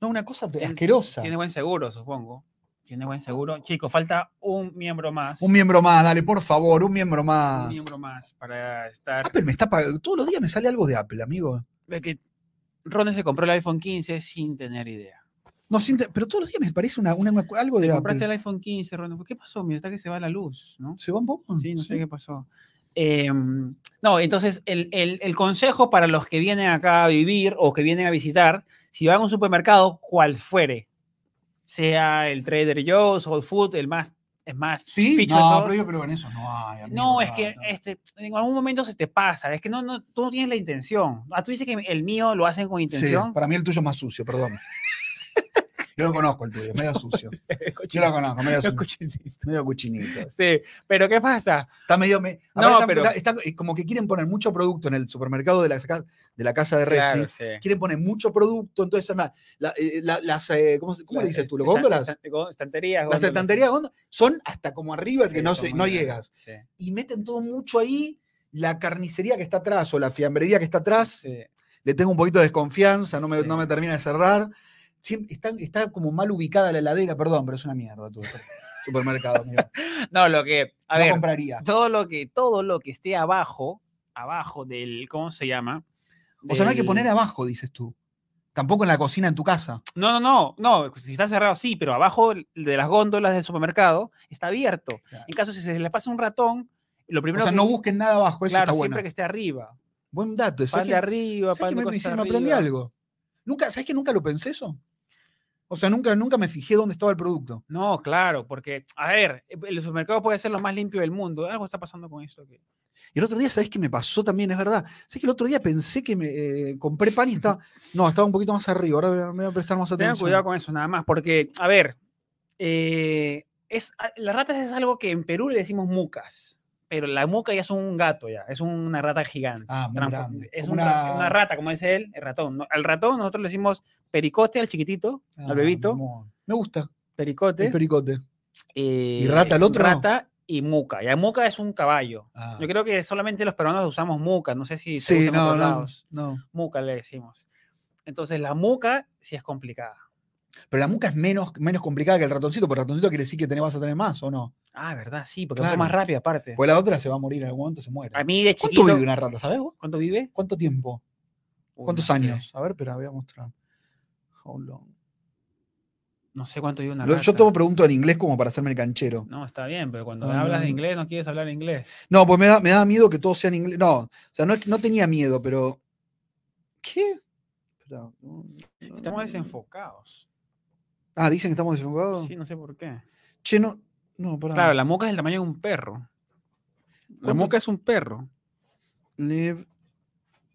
A: No, una cosa te-
B: Tien-
A: asquerosa.
B: Tiene buen seguro, supongo. Tiene buen seguro. Chicos, falta un miembro más.
A: Un miembro más, dale, por favor, un miembro
B: Un
A: más.
B: miembro más para estar.
A: Apple me está pagando. Todos los días me sale algo de Apple, amigo.
B: Ve que Ronde se compró el iPhone 15 sin tener idea.
A: No, sin te- pero todos los días me parece una, una- una- algo de
B: Te
A: Apple.
B: compraste el iPhone 15, Ronde. ¿Por ¿Qué pasó? Mira, está que se va la luz, ¿no?
A: ¿Se va un poco?
B: Sí, no sé qué pasó. Em, no, entonces el, el- el consejo para los que vienen acá a vivir o que vienen a visitar, si van a un supermercado, cual fuere, sea el Trader Joe's, Whole Food, el más, el más
A: ¿Sí?
B: ficho de
A: no,
B: todos.
A: pero yo creo que en eso no hay. amigo,
B: No, es que
A: no.
B: este, en algún momento se te pasa, es que no, no, tú no tienes la intención. Ah, tú dices que el mío lo hacen con
A: Sí,
B: *laughs* intención.
A: para mí el tuyo es más sucio,
B: *laughs*
A: perdón. Yo lo conozco el tuyo, es medio sucio. Yo lo conozco, medio sucio. Medio cuchinito.
B: Sí, pero ¿qué pasa?
A: Está medio. Me,
B: No,
A: aparte está-
B: pero-
A: está- está- eh, como que quieren poner mucho producto en el supermercado de la, ca- de la casa de Resi.
B: Claro, sí.
A: Quieren poner mucho producto, entonces son la- la- eh, la- las. eh, ¿Cómo, se- cómo le
B: Las
A: dices tú? ¿Lo
B: estan-
A: góndolas?
B: estan- gó- Estanterías.
A: Las
B: góndolas,
A: estanterías
B: sí.
A: góndolas son hasta como arriba que
B: Sí,
A: no,
B: son
A: se-
B: muy
A: no
B: grandes,
A: llegas.
B: sí.
A: y meten todo mucho ahí. La carnicería que está atrás o la fiambrería que está atrás,
B: Sí.
A: le tengo un poquito de desconfianza, no me,
B: Sí.
A: no me termina de cerrar. Siem- está, está como mal ubicada la heladera, perdón, pero es una mierda tu
B: *laughs*
A: supermercado. amigo.
B: No, lo que, a
A: no
B: ver,
A: compraría.
B: todo lo que, todo lo que esté abajo, abajo del, ¿cómo se llama?
A: O sea, no hay que
B: Del-
A: poner abajo, dices tú. Tampoco en la cocina en tu casa.
B: No, no, no, no, pues, si está cerrado sí, pero abajo de las góndolas del supermercado está abierto.
A: Claro.
B: En caso si se le pasa un ratón, lo
A: O
B: primero
A: sea,
B: que
A: no busquen nada abajo, eso
B: claro,
A: está bueno.
B: siempre que esté arriba.
A: Buen dato.
B: Pan
A: ¿sabes
B: de
A: que-
B: arriba,
A: ¿Sabes
B: pan
A: que
B: de
A: me, me-
B: cosas
A: me aprendí
B: arriba.
A: algo? Nunca, ¿Sabes que nunca lo pensé eso? O sea, nunca, nunca me fijé dónde estaba el producto.
B: No, claro, porque, a ver, el supermercado puede ser lo más limpio del mundo. Algo está pasando con esto. que-
A: Y el otro día, ¿sabes qué me pasó también? Es verdad. ¿Sabes que el otro día pensé que me eh, compré pan y estaba. No, estaba un poquito más arriba. Ahora me- me voy a prestar más atención.
B: Tengan cuidado con eso nada más, porque, a ver, eh, es, a- las ratas es algo que en Perú le decimos mucas, pero la muca ya es un gato, ya, es una rata gigante.
A: Ah, muy
B: transfo-
A: grande.
B: Es
A: Como
B: un ra- una... rata, como dice él, el ratón. ¿no? Al ratón nosotros le decimos pericote, al chiquitito,
A: Ah,
B: al bebito,
A: mi amor. Me gusta
B: pericote.
A: el pericote.
B: eh,
A: rata al otro?
B: Rata y muca. Ya muca es un caballo.
A: Ah.
B: Yo creo que solamente los peruanos usamos muca, no sé si se
A: Sí,
B: usa en
A: no,
B: otros
A: no,
B: lados.
A: no.
B: Muca le decimos. Entonces la muca sí es complicada.
A: Pero la muca es menos, menos complicada que el ratoncito, porque el ratoncito quiere decir que tenés, vas a tener más, ¿o no?
B: Ah, verdad, sí, porque es un
A: Claro.
B: poco más rápida aparte.
A: Porque la otra se va a morir en algún momento, se muere.
B: A mí de
A: ¿Cuánto
B: chiquito.
A: vive una rata, sabés vos?
B: ¿Cuánto vive?
A: ¿Cuánto tiempo?
B: Uy,
A: ¿Cuántos
B: no sé.
A: años? A ver, pero voy a mostrar. How long.
B: No sé cuánto vive una
A: Lo-
B: rata.
A: Yo todo pregunto en inglés como para hacerme el canchero.
B: No, está bien, pero cuando
A: Ah, No, no,
B: hablas de
A: no.
B: inglés no quieres hablar inglés.
A: No, pues me da, me da miedo que todo sea en inglés. No, o sea, no, es que- no tenía miedo, pero. ¿Qué? Esperá, no, no,
B: Estamos
A: no.
B: desenfocados.
A: Ah, dicen que estamos desenfocados.
B: Sí, no sé por qué.
A: Che, no. No, pará.
B: Claro, la moca es el tamaño de un perro. La
A: ¿Cuánto-
B: moca es un perro.
A: Live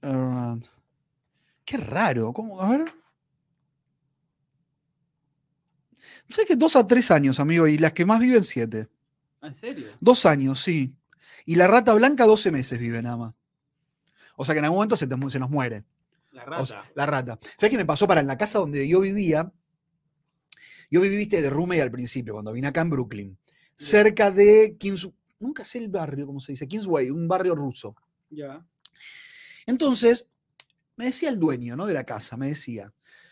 A: around. Qué raro. ¿Cómo? A ver. Sé que dos a tres años, amigo, y las que más viven, siete.
B: Ah, ¿En serio?
A: Dos años, sí. Y la rata blanca, 12 meses vive nada más. O sea que en algún momento se, te mu- se nos muere.
B: La
A: O sea, la rata. ¿Sabes qué me pasó para en la casa donde yo vivía? Yo viví, viste, de roommate al principio, cuando vine acá en Brooklyn. Cerca de Kings... Nunca sé el barrio, ¿cómo se dice? Kingsway, un barrio ruso.
B: Ya.
A: Entonces, me decía el dueño ¿no? de la casa, me decía,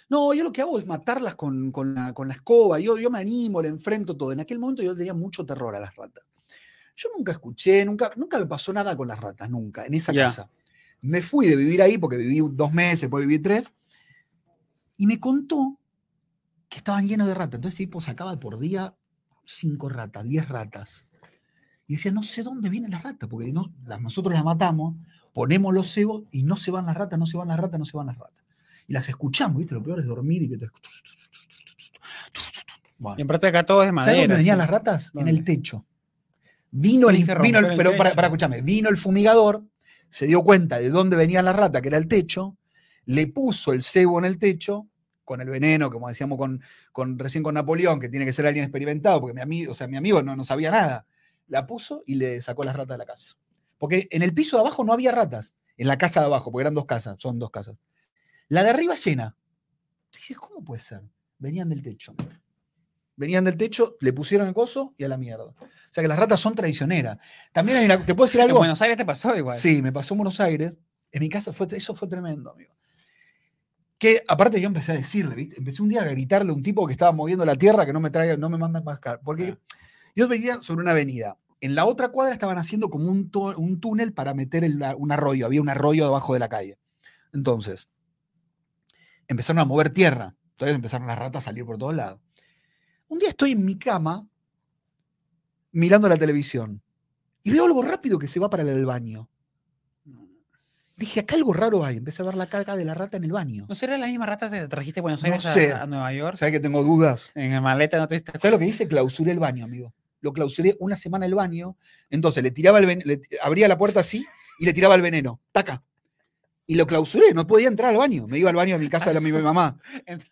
A: no, yo lo que hago es matarlas con, con la, con la escoba, yo, yo me animo, le enfrento todo. En aquel momento yo tenía mucho terror a las ratas. Yo nunca escuché, nunca, nunca me pasó nada con las ratas, nunca, en esa
B: Ya.
A: casa. Me fui de vivir ahí porque viví dos meses, después viví tres, y me contó que estaban llenos de ratas. Entonces, el tipo sacaba por día cinco ratas, diez ratas. Y decía, no sé dónde vienen las ratas, porque no, las, nosotros las matamos, ponemos los cebos y no se van las ratas, no se van las ratas, no se van las ratas. Y las escuchamos, ¿viste? Lo peor es dormir y que te... Bueno.
B: Y en parte acá todo es
A: ¿Sabes dónde
B: madera.
A: venían
B: sí.
A: las ratas?
B: ¿Dónde?
A: En el techo. Vino el,
B: Tienes que romper
A: vino el-
B: el
A: pero para,
B: techo.
A: para, escúchame, vino el fumigador, se dio cuenta de dónde venían las ratas, que era el techo, le puso el cebo en el techo con el veneno, como decíamos con, con- recién con Napoleón, que tiene que ser alguien experimentado, porque mi amigo, o sea, mi amigo no, no sabía nada. La puso y le sacó las ratas de la casa. Porque en el piso de abajo no había ratas, en la casa de abajo, porque eran dos casas, son dos casas. La de arriba llena. Dices, ¿cómo puede ser? Venían del techo. Venían del techo, le pusieron el coso y a la mierda. O sea que las ratas son traicioneras. También hay una- ¿Te puedo decir
B: En
A: algo?
B: Buenos Aires te pasó igual.
A: Sí, me pasó en Buenos Aires. En mi casa fue, eso fue tremendo, amigo. Que aparte yo empecé a decirle, ¿viste? Empecé un día a gritarle a un tipo que estaba moviendo la tierra que no me traiga, no me mandan más car- Porque
B: Ah.
A: yo venía sobre una avenida. En la otra cuadra estaban haciendo como un, tu- un túnel para meter el- la- un arroyo. Había un arroyo debajo de la calle. Entonces, empezaron a mover tierra. Entonces empezaron las ratas a salir por todos lados. Un día estoy en mi cama mirando la televisión y veo algo rápido que se va para el del baño. Dije, acá algo raro hay. Empecé a ver la carga de la rata en el *laughs* baño.
B: ¿No será la misma rata que te trajiste de Buenos
A: No
B: Aires a-
A: sé.
B: a, Nueva York?
A: ¿Sabes que tengo dudas?
B: En el maleta no te diste
A: ¿Sabes lo que hice? Clausuré el baño, amigo. Lo clausuré una semana el baño. Entonces le tiraba el ven- le t- abría la puerta así y le tiraba el veneno. ¡Taca! Y lo clausuré, no podía entrar al baño. Me iba al baño de mi casa de la, mi
B: *laughs*
A: mamá.
B: Entra-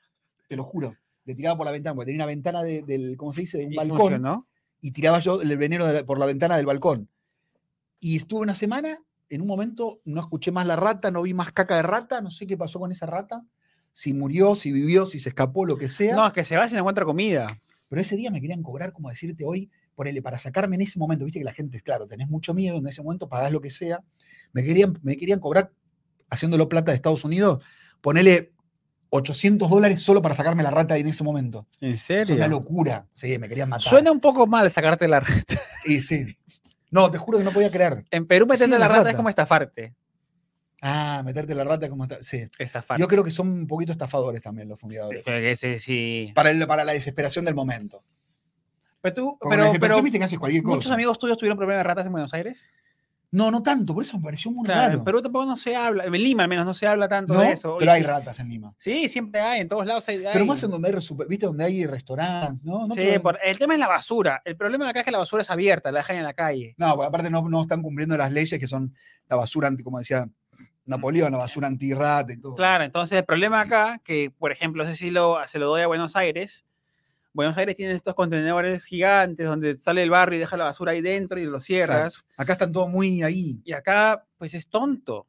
A: Te lo juro. Le tiraba por la ventana, porque tenía una ventana de- del, ¿cómo se dice? De un
B: Y
A: balcón.
B: funcionó.
A: y tiraba yo el veneno de la- por la ventana del balcón. Y estuve una semana, en un momento no escuché más la rata, no vi más caca de rata, no sé qué pasó con esa rata, si murió, si vivió, si se escapó, lo que sea.
B: No, es que se va si no encuentra comida.
A: Pero ese día me querían cobrar, como decirte hoy, ponele, para sacarme en ese momento, viste que la gente, claro, tenés mucho miedo, en ese momento pagás lo que sea, me querían, me querían cobrar, haciéndolo plata de Estados Unidos, ponele 800 dólares solo para sacarme la rata en ese momento.
B: ¿En
A: Es una
B: serio?
A: locura. Sí, me querían matar.
B: Suena un poco mal sacarte la rata.
A: Y sí. No, te juro que no podía creer.
B: En Perú meterte
A: Sí,
B: la
A: la
B: rata, es
A: rata.
B: como estafarte.
A: Ah, meterte la rata como está. Sí.
B: Estafarte.
A: Yo creo que son un poquito estafadores también los
B: Es
A: fundadores.
B: que ese sí.
A: Para, el- para la desesperación del momento.
B: Pero tú,
A: Porque la
B: pero,
A: desesperación
B: pero
A: viste que haces cualquier cosa.
B: muchos amigos tuyos tuvieron problemas de ratas en Buenos Aires.
A: No, no tanto, por eso me pareció muy
B: Claro, en
A: raro.
B: Perú tampoco no se habla, en Lima al menos no se habla tanto
A: ¿No?
B: de eso.
A: pero
B: Y
A: hay
B: sí-
A: ratas en Lima.
B: Sí, siempre hay, en todos lados hay.
A: Pero
B: hay.
A: más en donde hay, resu- viste, donde hay restaurantes, ¿no? No,
B: Sí,
A: pero-
B: por- el tema es la basura. El problema acá es que la basura es abierta, la dejan en la calle.
A: no, porque aparte no, no están cumpliendo las leyes que son la basura anti, como decía Napoleón, la basura antirrata y todo.
B: Claro, entonces el problema acá, que por ejemplo, no sé si lo, se lo doy a Buenos Aires. Buenos Aires tiene estos contenedores gigantes donde sale el barrio y deja la basura ahí dentro y lo cierras.
A: Exacto. Acá están todos muy ahí.
B: Y acá, pues es tonto.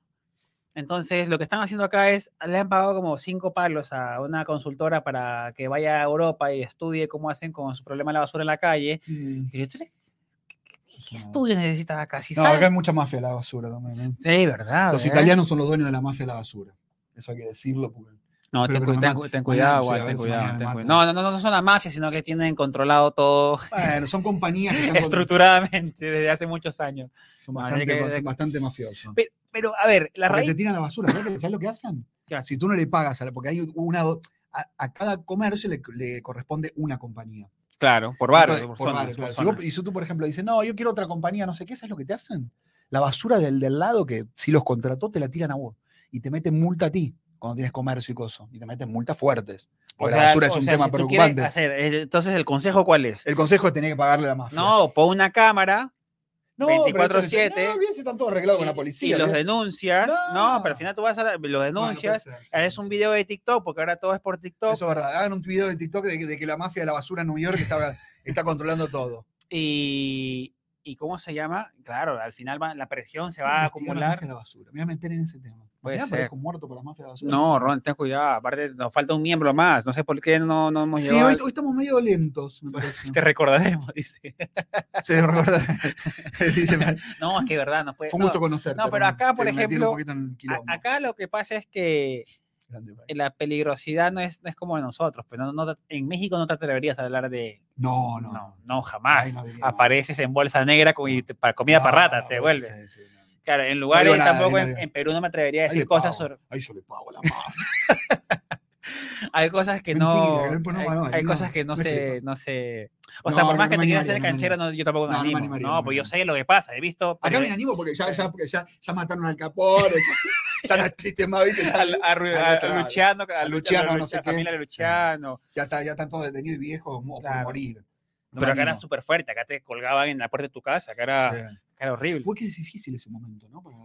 B: Entonces, lo que están haciendo acá es, le han pagado como cinco palos a una consultora para que vaya a Europa y estudie cómo hacen con su problema de la basura en la calle.
A: Mm.
B: Y yo, "Chale, ¿qué- qué- ¿qué
A: No.
B: estudios necesitas acá? Si
A: No,
B: sabes-
A: acá hay mucha mafia de la basura también. ¿eh?
B: *laughs* Sí, verdad.
A: Los
B: ¿verdad?
A: italianos son los dueños de la mafia de la basura. Eso hay que decirlo. Porque...
B: No,
A: Pero
B: ten,
A: que
B: cu-
A: no me
B: ten
A: maten.
B: cu- ten
A: Mañana,
B: cuidado,
A: sí, a
B: igual,
A: ver
B: ten
A: si
B: cuidado.
A: mañana me
B: ten cu-
A: matan.
B: No, no, no, no son la mafia, sino que tienen controlado todo *laughs*
A: Bueno, son compañías que están con-
B: estructuradamente desde hace muchos años.
A: son
B: No,
A: bastante,
B: tiene que-
A: bast- bastante mafiosos.
B: Pe- Pero, a ver, la
A: Porque
B: raíz.
A: te tiran la basura. ¿Sabes lo- sabes lo que hacen?
B: ¿Qué hacen?
A: Si tú no le pagas, a la- porque hay una, do- a, a cada comercio le, le corresponde una compañía.
B: Claro, por barrio,
A: Entonces,
B: por,
A: por
B: zonas,
A: barrio,
B: por
A: claro. Si vos-
B: zonas.
A: y si tú, por ejemplo, dices, no, yo quiero otra compañía, no sé qué, ¿sabes lo que te hacen? La basura del, del lado que si los contrató te la tiran a vos y te meten multa a ti cuando tienes comercio y cosas. Y te meten multas fuertes.
B: O
A: Porque
B: sea,
A: la basura es
B: o
A: un
B: sea,
A: tema
B: si tú quieres
A: preocupante.
B: hacer- eh, entonces, ¿el consejo cuál es?
A: El consejo es tener que pagarle a la mafia.
B: No, pon una cámara
A: No, pero
B: 24/7.
A: entonces, No, bien, si están todos arreglados con
B: y,
A: la policía.
B: y los
A: bien.
B: denuncias. No. pero al
A: No. Ah,
B: final tú vas a la- los
A: No, no puede
B: denuncias,
A: ser, sí,
B: haces
A: sí,
B: un
A: sí.
B: video de TikTok, porque ahora todo es por TikTok.
A: Eso es verdad. Hagan un video
B: *laughs*
A: de TikTok de que, de que la mafia de la basura en New York está, está controlando todo.
B: Y, y ¿cómo se llama? Claro, al final va- la presión se va a
A: Investigar la
B: acumular.
A: mafia de la basura. Me voy a meter en ese tema.
B: Puede
A: Mañana
B: ser.
A: aparezco muerto por la mafia de la basura.
B: No, Ron, ten cuidado. Aparte, nos falta un miembro más. No sé por qué no, no hemos
A: Sí,
B: llegado.
A: hoy,
B: al-
A: hoy estamos medio lentos, me
B: *laughs*
A: parece.
B: Te recordaremos, dice.
A: Se
B: *laughs*
A: recuerda. *laughs* Dice,
B: No, es que verdad, no puede.
A: fue un
B: no.
A: gusto conocerte.
B: no, pero
A: hermano.
B: acá,
A: Se
B: por
A: me metieron
B: ejemplo,
A: un poquito en el quilombo.
B: A- acá lo que pasa es que
A: Grande país.
B: la peligrosidad no es, no es como de nosotros. Pero no, no te- en México no te atreverías a hablar de.
A: No, no.
B: No, no,
A: Ay,
B: jamás.
A: no diría nada.
B: Apareces en bolsa negra con, y te- para comida para rata, te vuelves.
A: vuelve. Sí, sí, no.
B: Claro, en lugares
A: nada,
B: tampoco
A: ahí no
B: en,
A: digo.
B: en Perú no me atrevería a
A: Ahí le
B: decir cosas
A: pago,
B: sobre.
A: Ahí yo le pago a la
B: *laughs*
A: mafia.
B: Hay cosas que
A: Mentira,
B: no.
A: ven, pues, no,
B: hay
A: no,
B: hay
A: no,
B: cosas que no
A: no es que le
B: sé.
A: pago.
B: No sé. O
A: No,
B: sea, por
A: no,
B: más
A: no
B: que
A: me
B: te quieras hacer
A: animaría, no me
B: canchera, no, yo tampoco me
A: No, no me
B: animo. No,
A: animaría, no me
B: pues yo
A: animaría.
B: sé lo que pasa. He visto.
A: Acá me
B: eh,
A: animo porque ya, ya, porque ya, ya mataron al Capone,
B: *laughs*
A: ya, ya no existe más, ¿viste? Ya,
B: al- a, Ru-
A: al
B: a- a
A: otro lado.
B: Luciano, a
A: Al
B: Lu-
A: Luciano,
B: a la
A: no sé
B: Lucha-
A: qué.
B: familia de Luciano.
A: ya está, ya están todos detenidos y viejos mo-
B: Claro.
A: por morir. No me
B: pero acá era
A: animo.
B: súper fuerte. Acá te colgaban en la puerta de tu casa. Acá era,
A: Sí.
B: acá era horrible.
A: Fue que es difícil ese momento, ¿no? Para,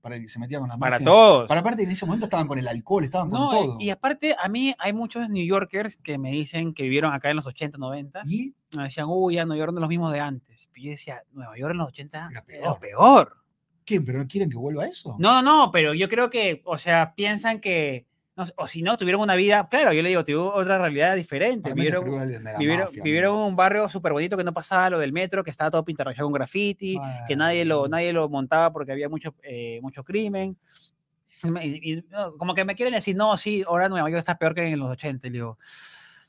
A: para el que se metía con la mafia.
B: Para todos.
A: Para aparte, en ese momento estaban con el alcohol, estaban con
B: no, y-
A: todo.
B: y, aparte, a mí hay muchos New Yorkers que me dicen que vivieron acá en los 80, 90.
A: Y
B: Me decían, uy, ya Nueva York no es lo mismo de antes. Y yo decía, Nueva York en los 80
A: Era
B: era
A: peor.
B: lo peor.
A: ¿Quién? ¿Pero no quieren que vuelva a eso?
B: No, no, pero yo creo que, o sea, piensan que, no sé, o si no, tuvieron una vida, claro, yo le digo, tuvieron otra realidad diferente.
A: Para mí es la
B: Vivieron,
A: película de la
B: vivieron,
A: mafia,
B: vivieron
A: amigo.
B: en un barrio súper bonito que no pasaba lo del metro, que estaba todo pintarrajeado con graffiti, que nadie lo,
A: Bueno.
B: nadie lo montaba porque había mucho, eh, mucho crimen. Y me- y- y, no, como que me quieren decir, no, sí, ahora Nueva York está peor que en los 80. Y le digo,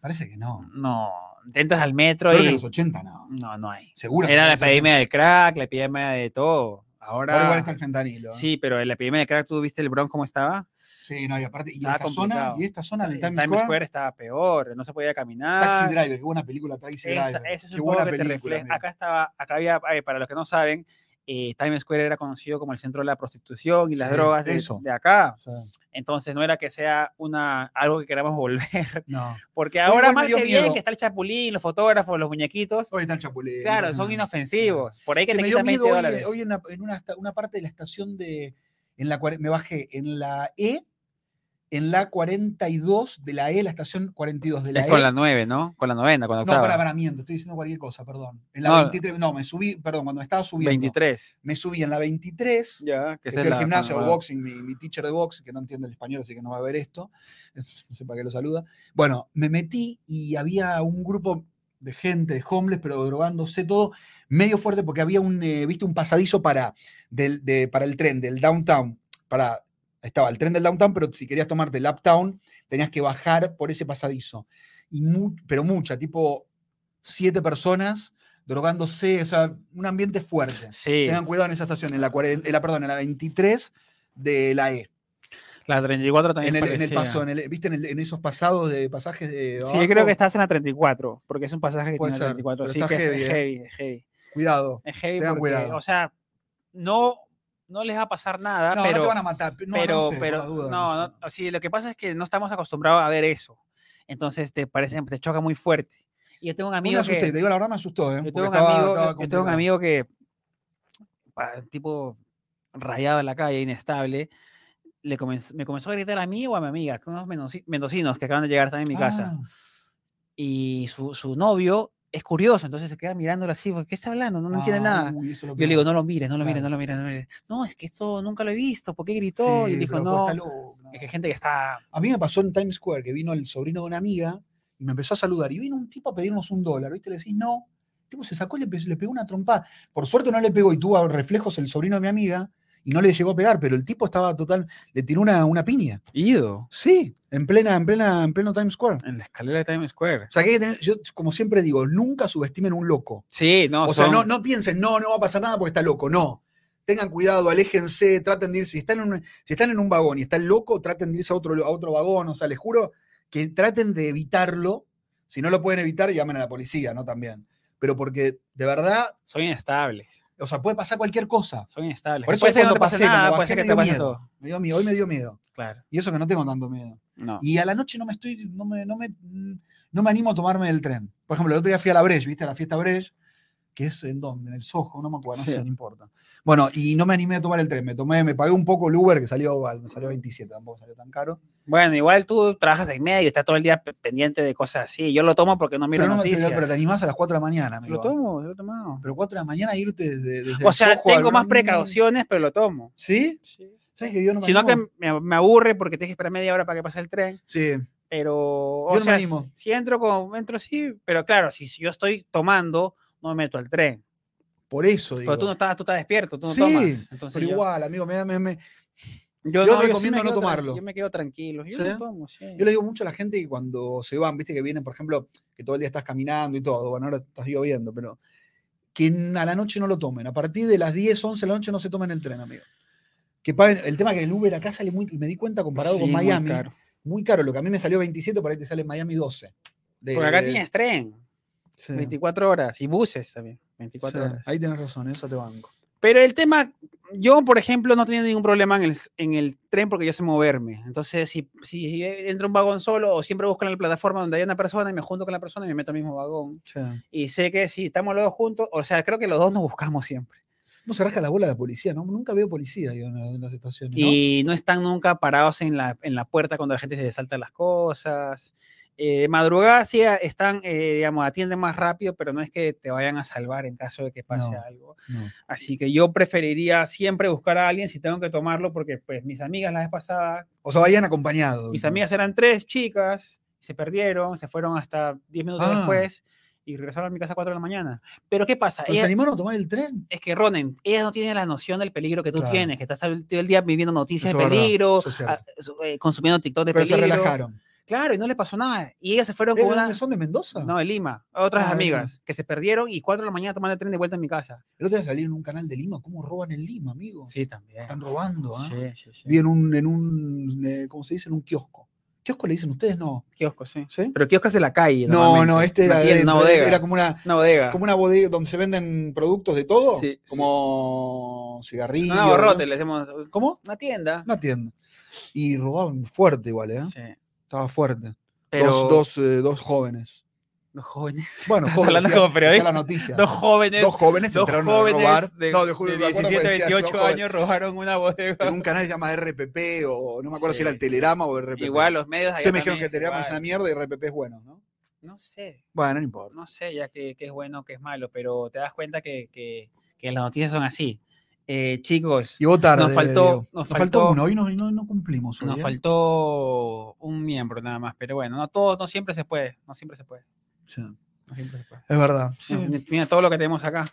A: Parece que no.
B: no, te entras al metro
A: Creo que en
B: y...
A: los 80 no.
B: No, no hay.
A: Seguro. que
B: Era la
A: parece que no.
B: epidemia del crack, la epidemia de todo. Ahora,
A: Ahora igual está el fentanilo. ¿eh?
B: Sí, pero en la epidemia de crack, ¿tú viste el Bronx cómo estaba?
A: Sí, no, y aparte, y
B: Estaba
A: esta zona,
B: complicado.
A: y esta zona del
B: En
A: Times Square,
B: estaba peor, no se podía caminar.
A: Taxi Driver, qué buena película Taxi
B: Esa-
A: Driver.
B: eso es
A: qué
B: un poco
A: buena
B: que te
A: película.
B: refleja.
A: amigo.
B: Acá estaba, acá había, a ver, para los que no saben, eh, Times Square era conocido como el centro de la prostitución y las
A: Sí,
B: drogas de,
A: eso.
B: de acá.
A: O sea,
B: Entonces no era que sea una algo que queramos volver, *laughs*
A: no.
B: porque
A: No,
B: ahora
A: igual me
B: más
A: dio
B: que bien
A: miedo.
B: que está el chapulín, los fotógrafos, los muñequitos,
A: Hoy está el Chapulín.
B: claro, son
A: inofensivos.
B: inofensivos. Por ahí que te
A: me dio
B: quitan 20
A: miedo hoy, eh,
B: dólares.
A: hoy en, la- en una, esta- una parte de la estación de. En la, cuare- me bajé en la E, en la 42 de la E, la estación 42 de la
B: es
A: E.
B: con la 9, ¿no? Con la novena, con la
A: no,
B: octava.
A: para, para, miento, estoy diciendo cualquier cosa, perdón. En la
B: No.
A: 23, no, me subí, perdón, cuando me estaba subiendo.
B: 23.
A: Me subí en la 23.
B: Ya, que
A: que
B: es
A: fui al
B: la-
A: gimnasio,
B: ah,
A: boxing, mi, mi teacher de box, que no entiende el español, así que no va a ver esto. *laughs* No sé para qué lo saluda. Bueno, me metí y había un grupo de gente, de homeless, pero drogándose todo, medio fuerte, porque había un, eh, viste, un pasadizo para, del, de- para el tren del downtown. Para, estaba el tren del downtown, pero si querías tomarte el uptown, tenías que bajar por ese pasadizo. Y mu- pero mucha, tipo siete personas drogándose, o sea, un ambiente fuerte.
B: Sí.
A: Tengan cuidado en esa estación, en la, 40 en la, perdón, en la 23 de la E.
B: La 34
A: En
B: también
A: el, en el
B: parecía.
A: paso, en el- ¿viste? En, el- en esos pasados de pasajes de.
B: Sí, yo creo
A: abajo.
B: que estás en la 34, porque es un pasaje que
A: Puede
B: tiene
A: ser,
B: la 34.
A: pero
B: Sí,
A: está
B: que
A: heavy,
B: es
A: ¿eh?
B: heavy, es heavy.
A: Cuidado.
B: Es heavy
A: Tengan
B: porque,
A: cuidado.
B: o sea, no, no les va a pasar nada,
A: No, no
B: Ah, pero,
A: te van a matar. pe- No,
B: pero,
A: no sé, por
B: pero,
A: la duda,
B: no,
A: no
B: no,
A: sé.
B: sí, lo que pasa es que no estamos acostumbrados a ver eso. Entonces te parece, te choca muy fuerte. Y yo tengo un
A: No me
B: amigo
A: asusté,
B: que,
A: te digo la verdad, me asustó, ¿eh?
B: yo
A: Porque
B: tengo un
A: estaba-
B: amigo,
A: estaba
B: yo tengo un
A: complicado.
B: amigo que, pa- tipo, rayado en la calle, inestable, le comenz- me comenzó a gritar a mí o a mi amiga, que unos menonci- mendocinos que acaban de llegar también a mi casa
A: Ah,
B: y su, su novio es curioso, entonces se queda mirándolo así, porque ¿qué está hablando? No, no entiende
A: ah,
B: nada.
A: uy, eso es lo
B: Yo le digo,
A: peor.
B: no lo mires, no lo mires, no
A: Claro.
B: lo mires, no lo mires. No, es que esto nunca lo he visto, ¿por qué gritó? y
A: Sí,
B: él dijo,
A: pero
B: no,
A: está loco, no.
B: es que hay gente que está...
A: A mí me pasó en Times Square que vino el sobrino de una amiga y me empezó a saludar. Y vino un tipo a pedirnos un dólar, ¿viste? Le decís, no. El tipo se sacó y le, pe- le pegó una trompada. Por suerte no le pegó y tuvo a reflejos el sobrino de mi amiga y no le llegó a pegar, pero el tipo estaba total. Le tiró una, una piña.
B: Ido.
A: Sí, en plena, en plena, en pleno Times Square.
B: En la escalera de Times Square.
A: O sea, que hay que tener- yo, como siempre digo, nunca subestimen un loco.
B: Sí, no,
A: o sea,
B: son-
A: no, no piensen, no, no va a pasar nada porque está loco. No. Tengan cuidado, aléjense, traten de ir. Si están en un, si están en un vagón y está el loco, traten de irse a otro, a otro vagón. O sea, les juro que traten de evitarlo. Si no lo pueden evitar, llamen a la policía, ¿no? También. Pero porque de verdad,
B: son inestables,
A: o sea, puede pasar cualquier cosa.
B: son inestables.
A: Por eso
B: puede ser que no
A: cuando
B: te pase
A: pasé, cuando
B: nada,
A: bajé,
B: puede ser
A: me
B: que te
A: dio
B: pase
A: miedo.
B: todo.
A: Me dio miedo, hoy me dio miedo.
B: Claro,
A: Y eso que no tengo tanto miedo.
B: no.
A: Y a la noche no me estoy, no me, no me, no me animo a tomarme el tren. Por ejemplo, el otro día fui a la Breche, ¿viste? A la fiesta Breche. que es en dónde, en el Soho, no me acuerdo,
B: Sí.
A: no sé, no importa. Bueno, y no me animé a tomar el tren, me tomé, me pagué un poco el Uber que salió, igual, me salió 27, tampoco salió tan caro.
B: Bueno, igual tú trabajas en medio, estás todo el día pe- pendiente de cosas así. Yo lo tomo porque no miro
A: pero, no me-
B: noticias.
A: pero te animás a las 4 de la mañana, amigo.
B: lo tomo, yo lo he tomado.
A: Pero 4 de la mañana irte desde, desde
B: O
A: el
B: sea,
A: Soho al-
B: tengo más precauciones, pero lo tomo.
A: ¿Sí? ¿Sabes que yo no me
B: Sino que
A: animo?
B: me, me aburre porque tienes que esperar media hora para que pase el tren.
A: Sí,
B: pero o
A: Yo no me
B: sea, si-
A: animo.
B: si entro con entro sí, pero claro, si si yo estoy tomando, no me meto al tren.
A: por eso digo.
B: Pero tú no estás, tú estás despierto, tú no
A: Sí,
B: tomas. Entonces
A: Pero
B: yo,
A: igual, amigo, me, da- me- me-
B: yo
A: yo
B: sí me
A: recomiendo no
B: quedo tran-
A: tomarlo.
B: Yo me quedo tranquilo, yo
A: ¿Sí?
B: no tomo, sí.
A: yo le digo mucho a la gente que cuando se van, viste que vienen, por ejemplo, que todo el día estás caminando y todo, bueno, ahora estás lloviendo, pero que n- a la noche no lo tomen. A partir de las 10, 11 de la noche no se tomen el tren, amigo. Que paguen, el tema que el Uber acá sale muy, y me di cuenta comparado
B: Sí,
A: con
B: muy
A: Miami, muy caro.
B: caro.
A: Lo que a mí me salió 27, por ahí te sale en Miami 12. De-
B: Porque acá tienes tren,
A: eh, sí,
B: 24 horas y buses también,
A: sí,
B: 24 horas.
A: Ahí tenés razón, eso te banco.
B: Pero el tema, yo por ejemplo no tenía ningún problema en el, s- en el tren porque yo sé moverme. Entonces, si, si entro a un vagón solo o siempre busco en la plataforma donde hay una persona y me junto con la persona y me meto al mismo vagón.
A: Sí.
B: y sé que si estamos los dos juntos, o sea, creo que los dos nos buscamos siempre.
A: No se rasca la bola de la policía, ¿no? Nunca veo policía yo, en, la- en las estaciones. ¿no?
B: Y no están nunca parados en la, en la puerta cuando la gente se le salta las cosas. Eh, de madrugada sí a- están, eh, digamos, atienden más rápido, pero no es que te vayan a salvar en caso de que pase
A: No.
B: algo.
A: No.
B: Así que yo preferiría siempre buscar a alguien si tengo que tomarlo, porque pues mis amigas la vez pasada,
A: O sea, vayan acompañados.
B: mis amigas eran tres chicas, se perdieron, se fueron hasta 10 minutos
A: Ah.
B: después y regresaron a mi casa a 4 de la mañana. Pero ¿qué pasa?
A: ¿Pero se
B: Ellas-
A: animaron a tomar el tren?
B: es que Ronen, ellas no tienen la noción del peligro que tú
A: Claro.
B: tienes, que estás todo el todo el día viviendo noticias
A: Eso
B: de
A: es verdad,
B: peligro,
A: eso es cierto.
B: ah, su- eh, consumiendo TikTok de
A: Pero se
B: peligro.
A: relajaron.
B: Claro, y no les pasó nada. Y ellas se fueron
A: ¿Eh,
B: con
A: ¿de
B: una...
A: dónde son de Mendoza?
B: No, de Lima. Otras
A: Ah, de Lima.
B: amigas que se perdieron y cuatro de la mañana tomando el tren de vuelta en mi casa.
A: El otro día salí en un canal de Lima. ¿Cómo roban en Lima, amigo?
B: Sí, también.
A: Están robando, ¿ah?
B: Sí, sí, sí.
A: Vi en un, en un eh, ¿cómo se dice? En un kiosco. ¿Kiosco le dicen ustedes? No.
B: Kiosco, sí.
A: ¿Sí?
B: Pero kioscos de la calle.
A: No, no, este era,
B: una, tienda,
A: adentro,
B: una bodega.
A: era como una,
B: Una bodega.
A: como una bodega donde se venden productos de todo,
B: Sí, sí.
A: como cigarrillos.
B: Un abarrote, le decimos.
A: ¿Cómo?
B: Una tienda.
A: Una tienda. Y robaban fuerte igual, ¿eh?
B: Sí.
A: Estaba fuerte.
B: Pero
A: Dos, dos, eh, dos jóvenes.
B: dos jóvenes.
A: Bueno,
B: Estás
A: jóvenes.
B: hablando
A: decía-
B: como
A: decía
B: periodista.
A: la noticia.
B: Dos jóvenes.
A: Dos jóvenes
B: dos
A: entraron
B: jóvenes
A: a robar.
B: de,
A: no,
B: de
A: me acuerdo
B: 17
A: porque decía, dos
B: 28
A: jóvenes.
B: años robaron una bodega.
A: En un canal que se llama RPP o no me acuerdo si
B: Sí,
A: era el
B: sí.
A: Telerama o RPP.
B: Igual los medios allá
A: Ustedes me dijeron
B: también
A: que
B: es
A: el Telerama es
B: igual.
A: una mierda y RPP es bueno, ¿no?
B: No sé,
A: Bueno, no importa.
B: no sé ya que, que es bueno, que es malo, pero te das cuenta que, que- que las noticias son así. Eh, chicos,
A: Y vos tarde.
B: Nos faltó-
A: Diego.
B: nos
A: faltó
B: faltó-
A: uno. Hoy no, no, no cumplimos. hoy,
B: nos
A: ¿eh?
B: faltó un miembro nada más, pero bueno, no todo, no siempre se puede, no siempre se puede,
A: Sí,
B: no siempre se puede.
A: es verdad.
B: Mira, Mira todo lo que tenemos acá.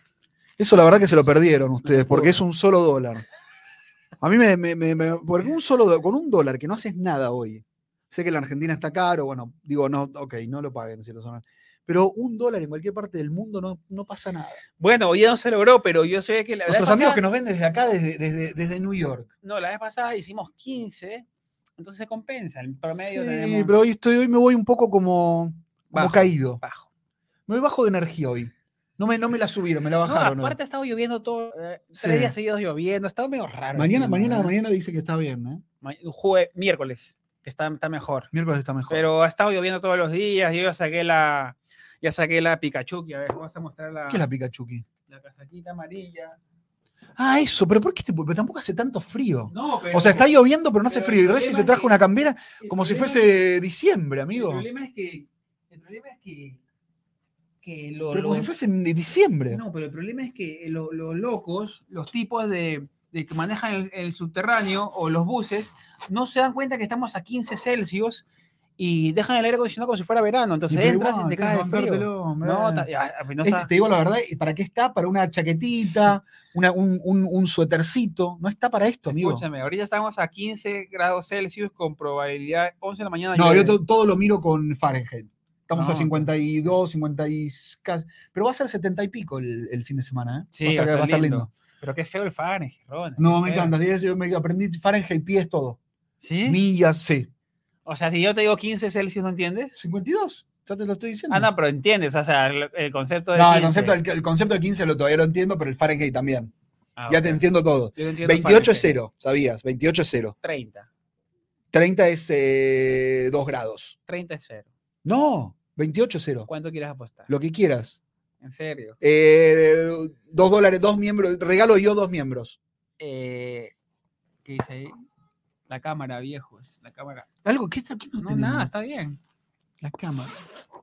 A: Eso la verdad que se lo perdieron ustedes, porque
B: puedo.
A: es un solo dólar. A mí me, me- me- me- porque un solo do- con un dólar que no haces nada hoy. Sé que la Argentina está caro, bueno, digo, no, ok, no lo paguen si lo son. Pero un dólar en cualquier parte del mundo no, no pasa nada.
B: Bueno, hoy día no se logró, pero yo sé que la, la vez
A: Nuestros amigos
B: pasada-
A: que nos ven desde acá, desde, desde, desde New York.
B: no, la vez pasada hicimos 15, entonces se compensa, el promedio
A: sí,
B: tenemos
A: pero hoy, estoy, hoy me voy un poco como, como
B: Bajo.
A: caído.
B: bajo.
A: Me voy bajo de energía hoy. No me, no me la subieron, me la
B: No,
A: bajaron. hoy.
B: aparte ha estado lloviendo todo, eh,
A: Sí.
B: tres días seguidos lloviendo, ha estado medio raro. el
A: mañana,
B: clima,
A: mañana,
B: ¿eh?
A: mañana dice que está bien, ¿eh?
B: Ma- jue- miércoles, que está, está mejor.
A: Miércoles está mejor.
B: Pero ha estado lloviendo todos los días, yo ya saqué la, ya saqué la Pikachu, que a ver, vamos a mostrar la,
A: ¿Qué es la Pikachu?
B: la casaquita amarilla.
A: Ah, eso, pero ¿por qué te- pero tampoco hace tanto frío?
B: No, pero
A: O sea, está lloviendo, pero no hace
B: pero
A: frío. Y
B: el
A: Reci
B: problema
A: se
B: es
A: trajo
B: que-
A: una campera
B: el
A: como si
B: problema es-
A: fuese diciembre, amigo.
B: El problema es que, el problema es que, que lo-
A: Pero como si
B: los-
A: fuese en diciembre.
B: No, pero el problema es que eh, lo- los locos, los tipos de, de que manejan el, el subterráneo o los buses, no se dan cuenta que estamos a 15 Celsius y dejan el aire acondicionado como si fuera verano.
A: Y
B: Entonces
A: pero
B: entras
A: igual,
B: y te
A: tenés
B: caes de
A: que
B: frío.
A: bancártelo,
B: No,
A: man.
B: ta- ya, ya, no
A: Este,
B: está-
A: te digo la verdad, ¿y ¿para qué está? Para una chaquetita, una- un, un- un suétercito. No está para esto, amigo.
B: Escúchame, ahorita estamos a 15 grados Celsius con probabilidad 11 de la mañana.
A: No,
B: llueve.
A: yo to- todo lo miro con Fahrenheit. Estamos a
B: No,
A: 52, 50 y casi. Pero va a ser 70 y pico el, el fin de semana, ¿eh?
B: Sí,
A: va a estar, va a estar lindo.
B: Pero qué feo el Fahrenheit, Ron,
A: No,
B: qué
A: me
B: feo.
A: encanta. sí, ¿Eh? Yo me aprendí Fahrenheit, pies, todo.
B: ¿Sí?
A: Millas, sí.
B: O sea, si yo te digo 15 Celsius, ¿no entiendes?
A: 52, ya te lo estoy diciendo.
B: Ah, no, pero entiendes, o sea, el, el concepto de
A: No, el
B: 15.
A: concepto, del- el concepto de 15 lo todavía lo entiendo, pero el Fahrenheit también.
B: Ah,
A: ya
B: ok.
A: te entiendo todo.
B: Yo entiendo
A: 28 es
B: Fahrenheit.
A: 0, sabías. 28 es 0.
B: 30.
A: 30 es 2 grados.
B: 30 es cero.
A: No, 28 es 0.
B: ¿Cuánto quieres apostar?
A: Lo que quieras.
B: En serio.
A: Eh, dos dólares, dos miembros. Regalo yo dos miembros.
B: Eh, ¿Qué dice ahí? La cámara, viejos. La cámara.
A: Algo, ¿qué, está, qué no,
B: No,
A: tenemos?
B: nada, está bien.
A: La cámara.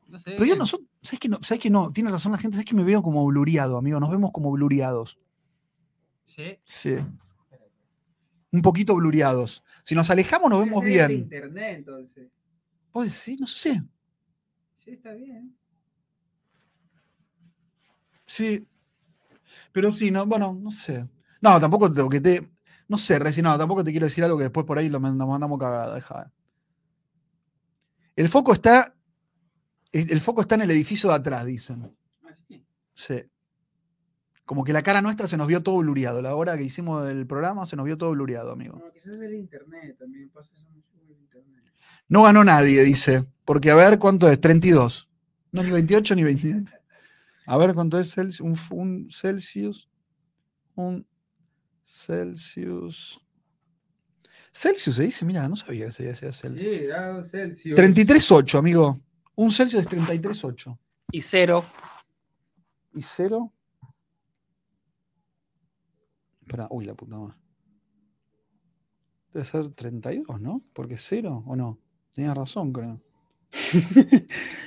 B: No sé.
A: Pero yo no soy. ¿Sabes que no? ¿Sabes que no? Tiene razón la gente. ¿Sabes que me veo como blureado, amigo? Nos vemos como blureados.
B: Sí.
A: Sí. Un poquito blureados. Si nos alejamos, nos vemos
D: Ese es de
A: bien.
D: internet, entonces.
A: Pues sí, no sé.
D: Sí, está bien.
A: Sí. Pero sí, no, bueno, no sé. No, tampoco te, que te. No sé, recién, no, tampoco te quiero decir algo que después por ahí lo, man- nos mandamos cagada, deja. El foco está. El el foco está en el edificio de atrás, dicen.
B: Así.
A: Sí. Como que la cara nuestra se nos vio todo blureado. La hora que hicimos el programa se nos vio todo blureado, amigo.
D: No, quizás el internet también. Pasa eso mucho con el internet.
A: No ganó nadie, dice. Porque a ver cuánto es, 32. No, ni 28 ni 29. A ver cuánto es Celsius. Un, f- un Celsius. Un Celsius. Celsius se dice, mira, no sabía que se decía Celsius.
D: Sí, grado Celsius.
A: 33.8, amigo. Un Celsius es 33.8.
B: Y cero.
A: ¿Y cero? Espera, uy, la puta madre. Debe ser 32, ¿no? Porque cero o no. Tenías razón, creo.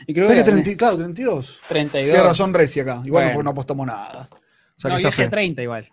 B: Y creo
A: ¿Sabes que
B: que
A: 30 claro, 32?
B: 32.
A: Tiene razón Reci acá. Igual no-
B: Bueno.
A: no apostamos nada. O sea,
B: No,
A: que esa
B: yo dije
A: fe.
B: 30 igual.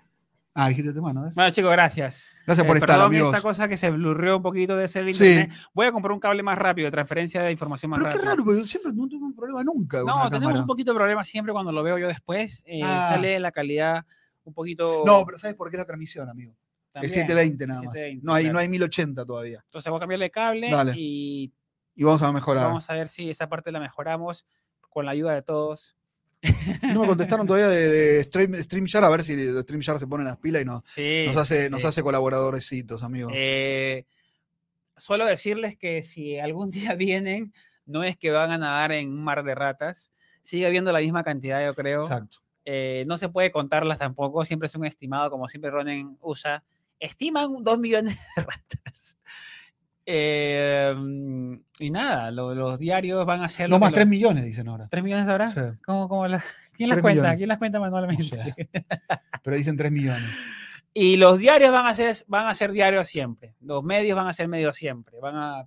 A: Ah, dijiste tema, ¿no?
B: Bueno, chicos, gracias.
A: Gracias por
B: Eh,
A: estar,
B: perdón
A: amigos.
B: esta cosa que se blurreó un poquito de ser
A: Sí.
B: internet. Voy a comprar un cable más rápido, transferencia de información más
A: Pero qué
B: rápido.
A: raro, porque siempre no tuve un problema nunca. con
B: No,
A: una
B: tenemos
A: cámara.
B: un poquito de problema siempre cuando lo veo yo después. eh,
A: Ah.
B: Sale la calidad un poquito.
A: No, pero ¿sabes por qué la transmisión, amigo?
B: también.
A: Es 720 nada más.
B: 720,
A: no, hay, no
B: claro.
A: hay 1080 todavía.
B: Entonces voy a cambiarle de cable
A: Dale.
B: y
A: Y vamos a mejorar.
B: vamos a ver si esa parte la mejoramos con la ayuda de todos.
A: *laughs* No me contestaron todavía de, de Stream, StreamYard, a ver si de StreamYard se pone las pilas y nos,
B: Sí.
A: nos, hace, nos
B: sí.
A: hace colaboradorecitos, amigos.
B: Eh, suelo decirles que si algún *laughs* día vienen, no es que van a nadar en un mar de ratas. Sigue habiendo la misma cantidad, yo creo.
A: Exacto.
B: Eh, no se puede contarlas tampoco. Siempre es un estimado, como siempre Ronen usa. Estiman dos millones de ratas. Eh, y nada, lo- los diarios van a ser.
A: No
B: lo que
A: más
B: los-
A: 3 millones, dicen ahora.
B: ¿Tres millones ahora?
A: Sí.
B: ¿Cómo- cómo la- ¿Quién las
A: Tres
B: cuenta?
A: millones.
B: ¿Quién las cuenta manualmente?
A: Pero dicen 3 millones.
B: Y los diarios van a ser, van a ser diarios siempre. Los medios van a ser medios siempre. Van a,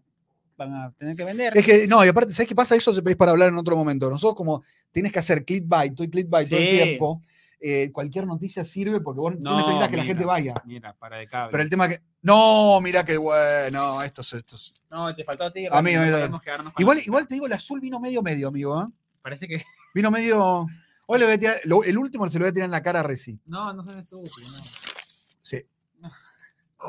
B: van a tener que vender.
A: Es que, no, y aparte, ¿sabes qué pasa? Eso se pedís para hablar en otro momento. Nosotros, como tienes que hacer clickbait, tú y clickbait todo el
B: Sí.
A: tiempo, eh, cualquier noticia sirve porque vos tú
B: No,
A: necesitas que la
B: mira.
A: gente vaya.
B: Mira, para el cable.
A: Pero el tema que. No, mira qué bueno, esto es. Esto es-
B: No, te faltó a ti.
A: A mí,
B: Ramiro,
A: a mí
B: no
A: también.
B: podemos quedarnos con
A: Igual,
B: la-
A: igual te digo, el azul vino medio medio, amigo. ¿eh?
B: Parece que.
A: Vino medio. Hoy le voy a tirar- lo- el último se lo voy a tirar en la cara a Reci.
B: No, no seas estúpido. No.
A: Sí.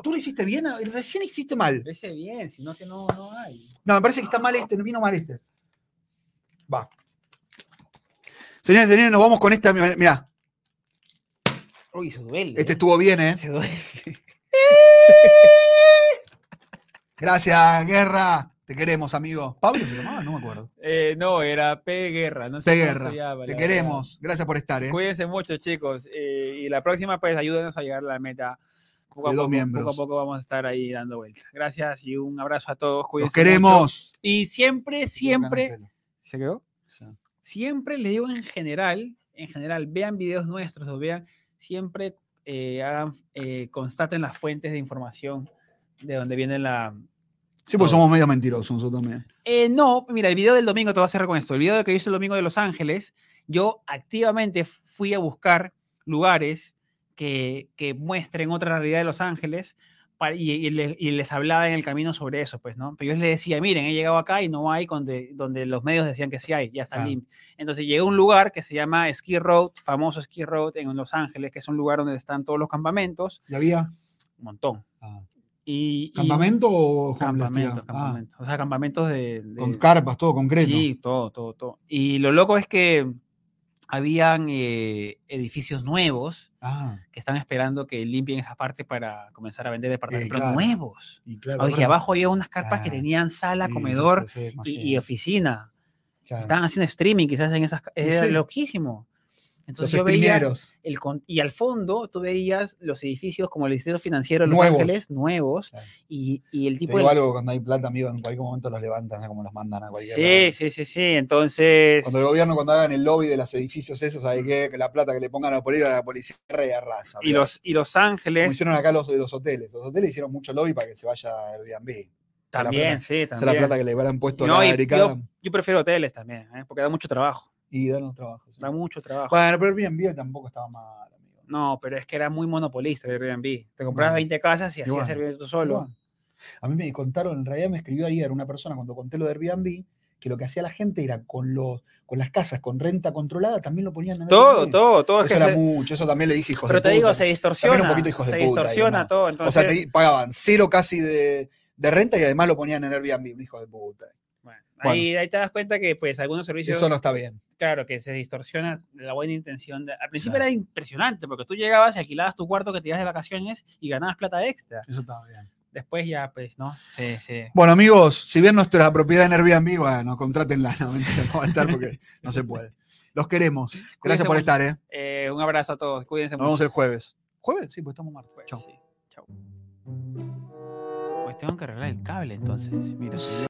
A: Tú lo hiciste bien, recién hiciste mal.
B: Parece bien, si no que no, no hay.
A: No, me parece que está mal este, no vino mal este. Va. Señores, señores, nos vamos con esta. Mirá,
B: Uy, se duele.
A: este estuvo bien, ¿eh?
B: Se duele.
A: Gracias, Guerra. Te queremos, amigo. Pablo se llamaba, no me acuerdo.
B: Eh, no, era P. Guerra. No sé
A: P.
B: cómo se
A: Guerra,
B: llama,
A: Te
B: la
A: queremos. Gracias por estar, ¿eh?
B: verdad. Cuídense mucho, chicos. eh, y la próxima, pues, ayúdenos a llegar a la meta. Poco a
A: De dos
B: poco,
A: miembros.
B: poco a poco vamos a estar ahí dando vueltas. Gracias y un abrazo a todos.
A: Los
B: Cuídense mucho.
A: queremos.
B: Y siempre, siempre. ¿Se quedó?
A: Sí.
B: Siempre les digo en general, en general, vean videos nuestros o vean, siempre eh, hagan, eh, constaten las fuentes de información de donde viene la.
A: Sí, porque somos medio mentirosos nosotros también.
B: Eh, no, mira, el video del domingo te voy a cerrar con esto. El video que hice el domingo de Los Ángeles, yo activamente fui a buscar lugares que, que muestren otra realidad de Los Ángeles para- y, y le- y les hablaba en el camino sobre eso, pues, ¿no? Pero yo les decía, miren, he llegado acá y no hay donde, donde los medios decían que sí hay, ya salí. Entonces llegué a un lugar que se llama Ski Road, famoso Ski Road en Los Ángeles, que es un lugar donde están todos los campamentos,
A: ¿Y había
B: un montón.
A: ah,
B: Y, y-
A: campamento o homeless,
B: Campamentos,
A: tía? Ah,
B: campamentos. O sea, campamentos de... de-
A: con carpas, todo concreto.
B: Sí, todo, todo, todo. Y lo loco es que habían eh, edificios nuevos
A: Ah,
B: que están esperando que limpien esa parte para comenzar a vender departamentos pero
A: Eh, claro.
B: nuevos.
A: y claro.
B: Ah, Oye,
A: ahora-
B: abajo había unas carpas que
A: Ah,
B: tenían sala,
A: sí, sí,
B: comedor
A: sí,
B: y-
A: imagino.
B: y, oficina.
A: Claro.
B: Estaban haciendo streaming quizás en esas... ca-
A: Y
B: Era
A: sí.
B: loquísimo.
A: Los
B: Entonces yo veía
A: streameros.
B: el con- y al fondo tú veías los edificios como el Distrito Financiero de Los
A: Nuevos.
B: Ángeles, nuevos,
A: Claro.
B: y, y el
A: Te
B: tipo...
A: digo
B: de-
A: algo, cuando hay plata, amigo, en cualquier momento los levantan, ¿eh? como los mandan a cualquier
B: Sí,
A: lado.
B: sí, sí, sí, entonces...
A: Cuando el gobierno, cuando hagan el lobby de los edificios esos, ¿sabes qué? Que la plata que le pongan a la policía, la policía re arrasa.
B: Y
A: olvidate.
B: los, y los
A: Como
B: Ángeles
A: hicieron acá los de los hoteles. Los hoteles hicieron mucho lobby para que se vaya a Airbnb. Esa es la plata-
B: también, sí,
A: esa es la
B: también.
A: plata que le hubieran puesto a
B: No, y
A: la
B: yo-
A: americana
B: Yo prefiero hoteles también, ¿eh? porque da mucho trabajo,
A: y dan los trabajos.
B: da mucho trabajo.
A: Bueno, pero Airbnb tampoco estaba mal, amigo.
B: No, pero es que era muy monopolista el Airbnb. Te comprabas
A: Bueno.
B: 20 casas y hacías
A: bueno,
B: Airbnb tú solo.
A: Bueno, A mí me contaron, en realidad me escribió ayer una persona cuando conté lo de Airbnb, que lo que hacía la gente era con, los, con las casas con renta controlada, también lo ponían en
B: Todo,
A: Airbnb.
B: todo, todo. es
A: Eso
B: que
A: era
B: se-
A: mucho, eso también le dije hijos
B: pero
A: de
B: te digo,
A: puta.
B: se
A: También
B: distorsiona.
A: un poquito hijos de
B: se
A: puta, digo,
B: distorsiona
A: nada.
B: todo.
A: o
B: Entonces,
A: sea, te- pagaban cero casi de, de renta y además lo ponían en Airbnb, un hijo de puta.
B: bueno,
A: bueno.
B: ahí, ahí te das cuenta que pues algunos servicios,
A: Eso no está bien.
B: claro, que se distorsiona la buena intención. de- al principio
A: Claro.
B: era impresionante porque tú llegabas y alquilabas tu cuarto que te ibas de vacaciones y ganabas plata extra.
A: Eso está bien.
B: Después ya, pues, ¿no? Sí, sí.
A: Bueno, amigos, si bien nuestra propiedad en Airbnb, bueno, contrátenla, no, mentira, no va a estar porque no se puede. Los queremos. Gracias
B: Cuídense
A: por
B: mucho.
A: estar, ¿eh?
B: Eh, un abrazo a todos. Cuídense
A: Nos vemos
B: mucho.
A: el jueves. ¿Jueves? Sí, pues estamos martes.
B: Pues,
A: Chau.
B: sí, chau. Pues tengo que arreglar el cable entonces. Mira.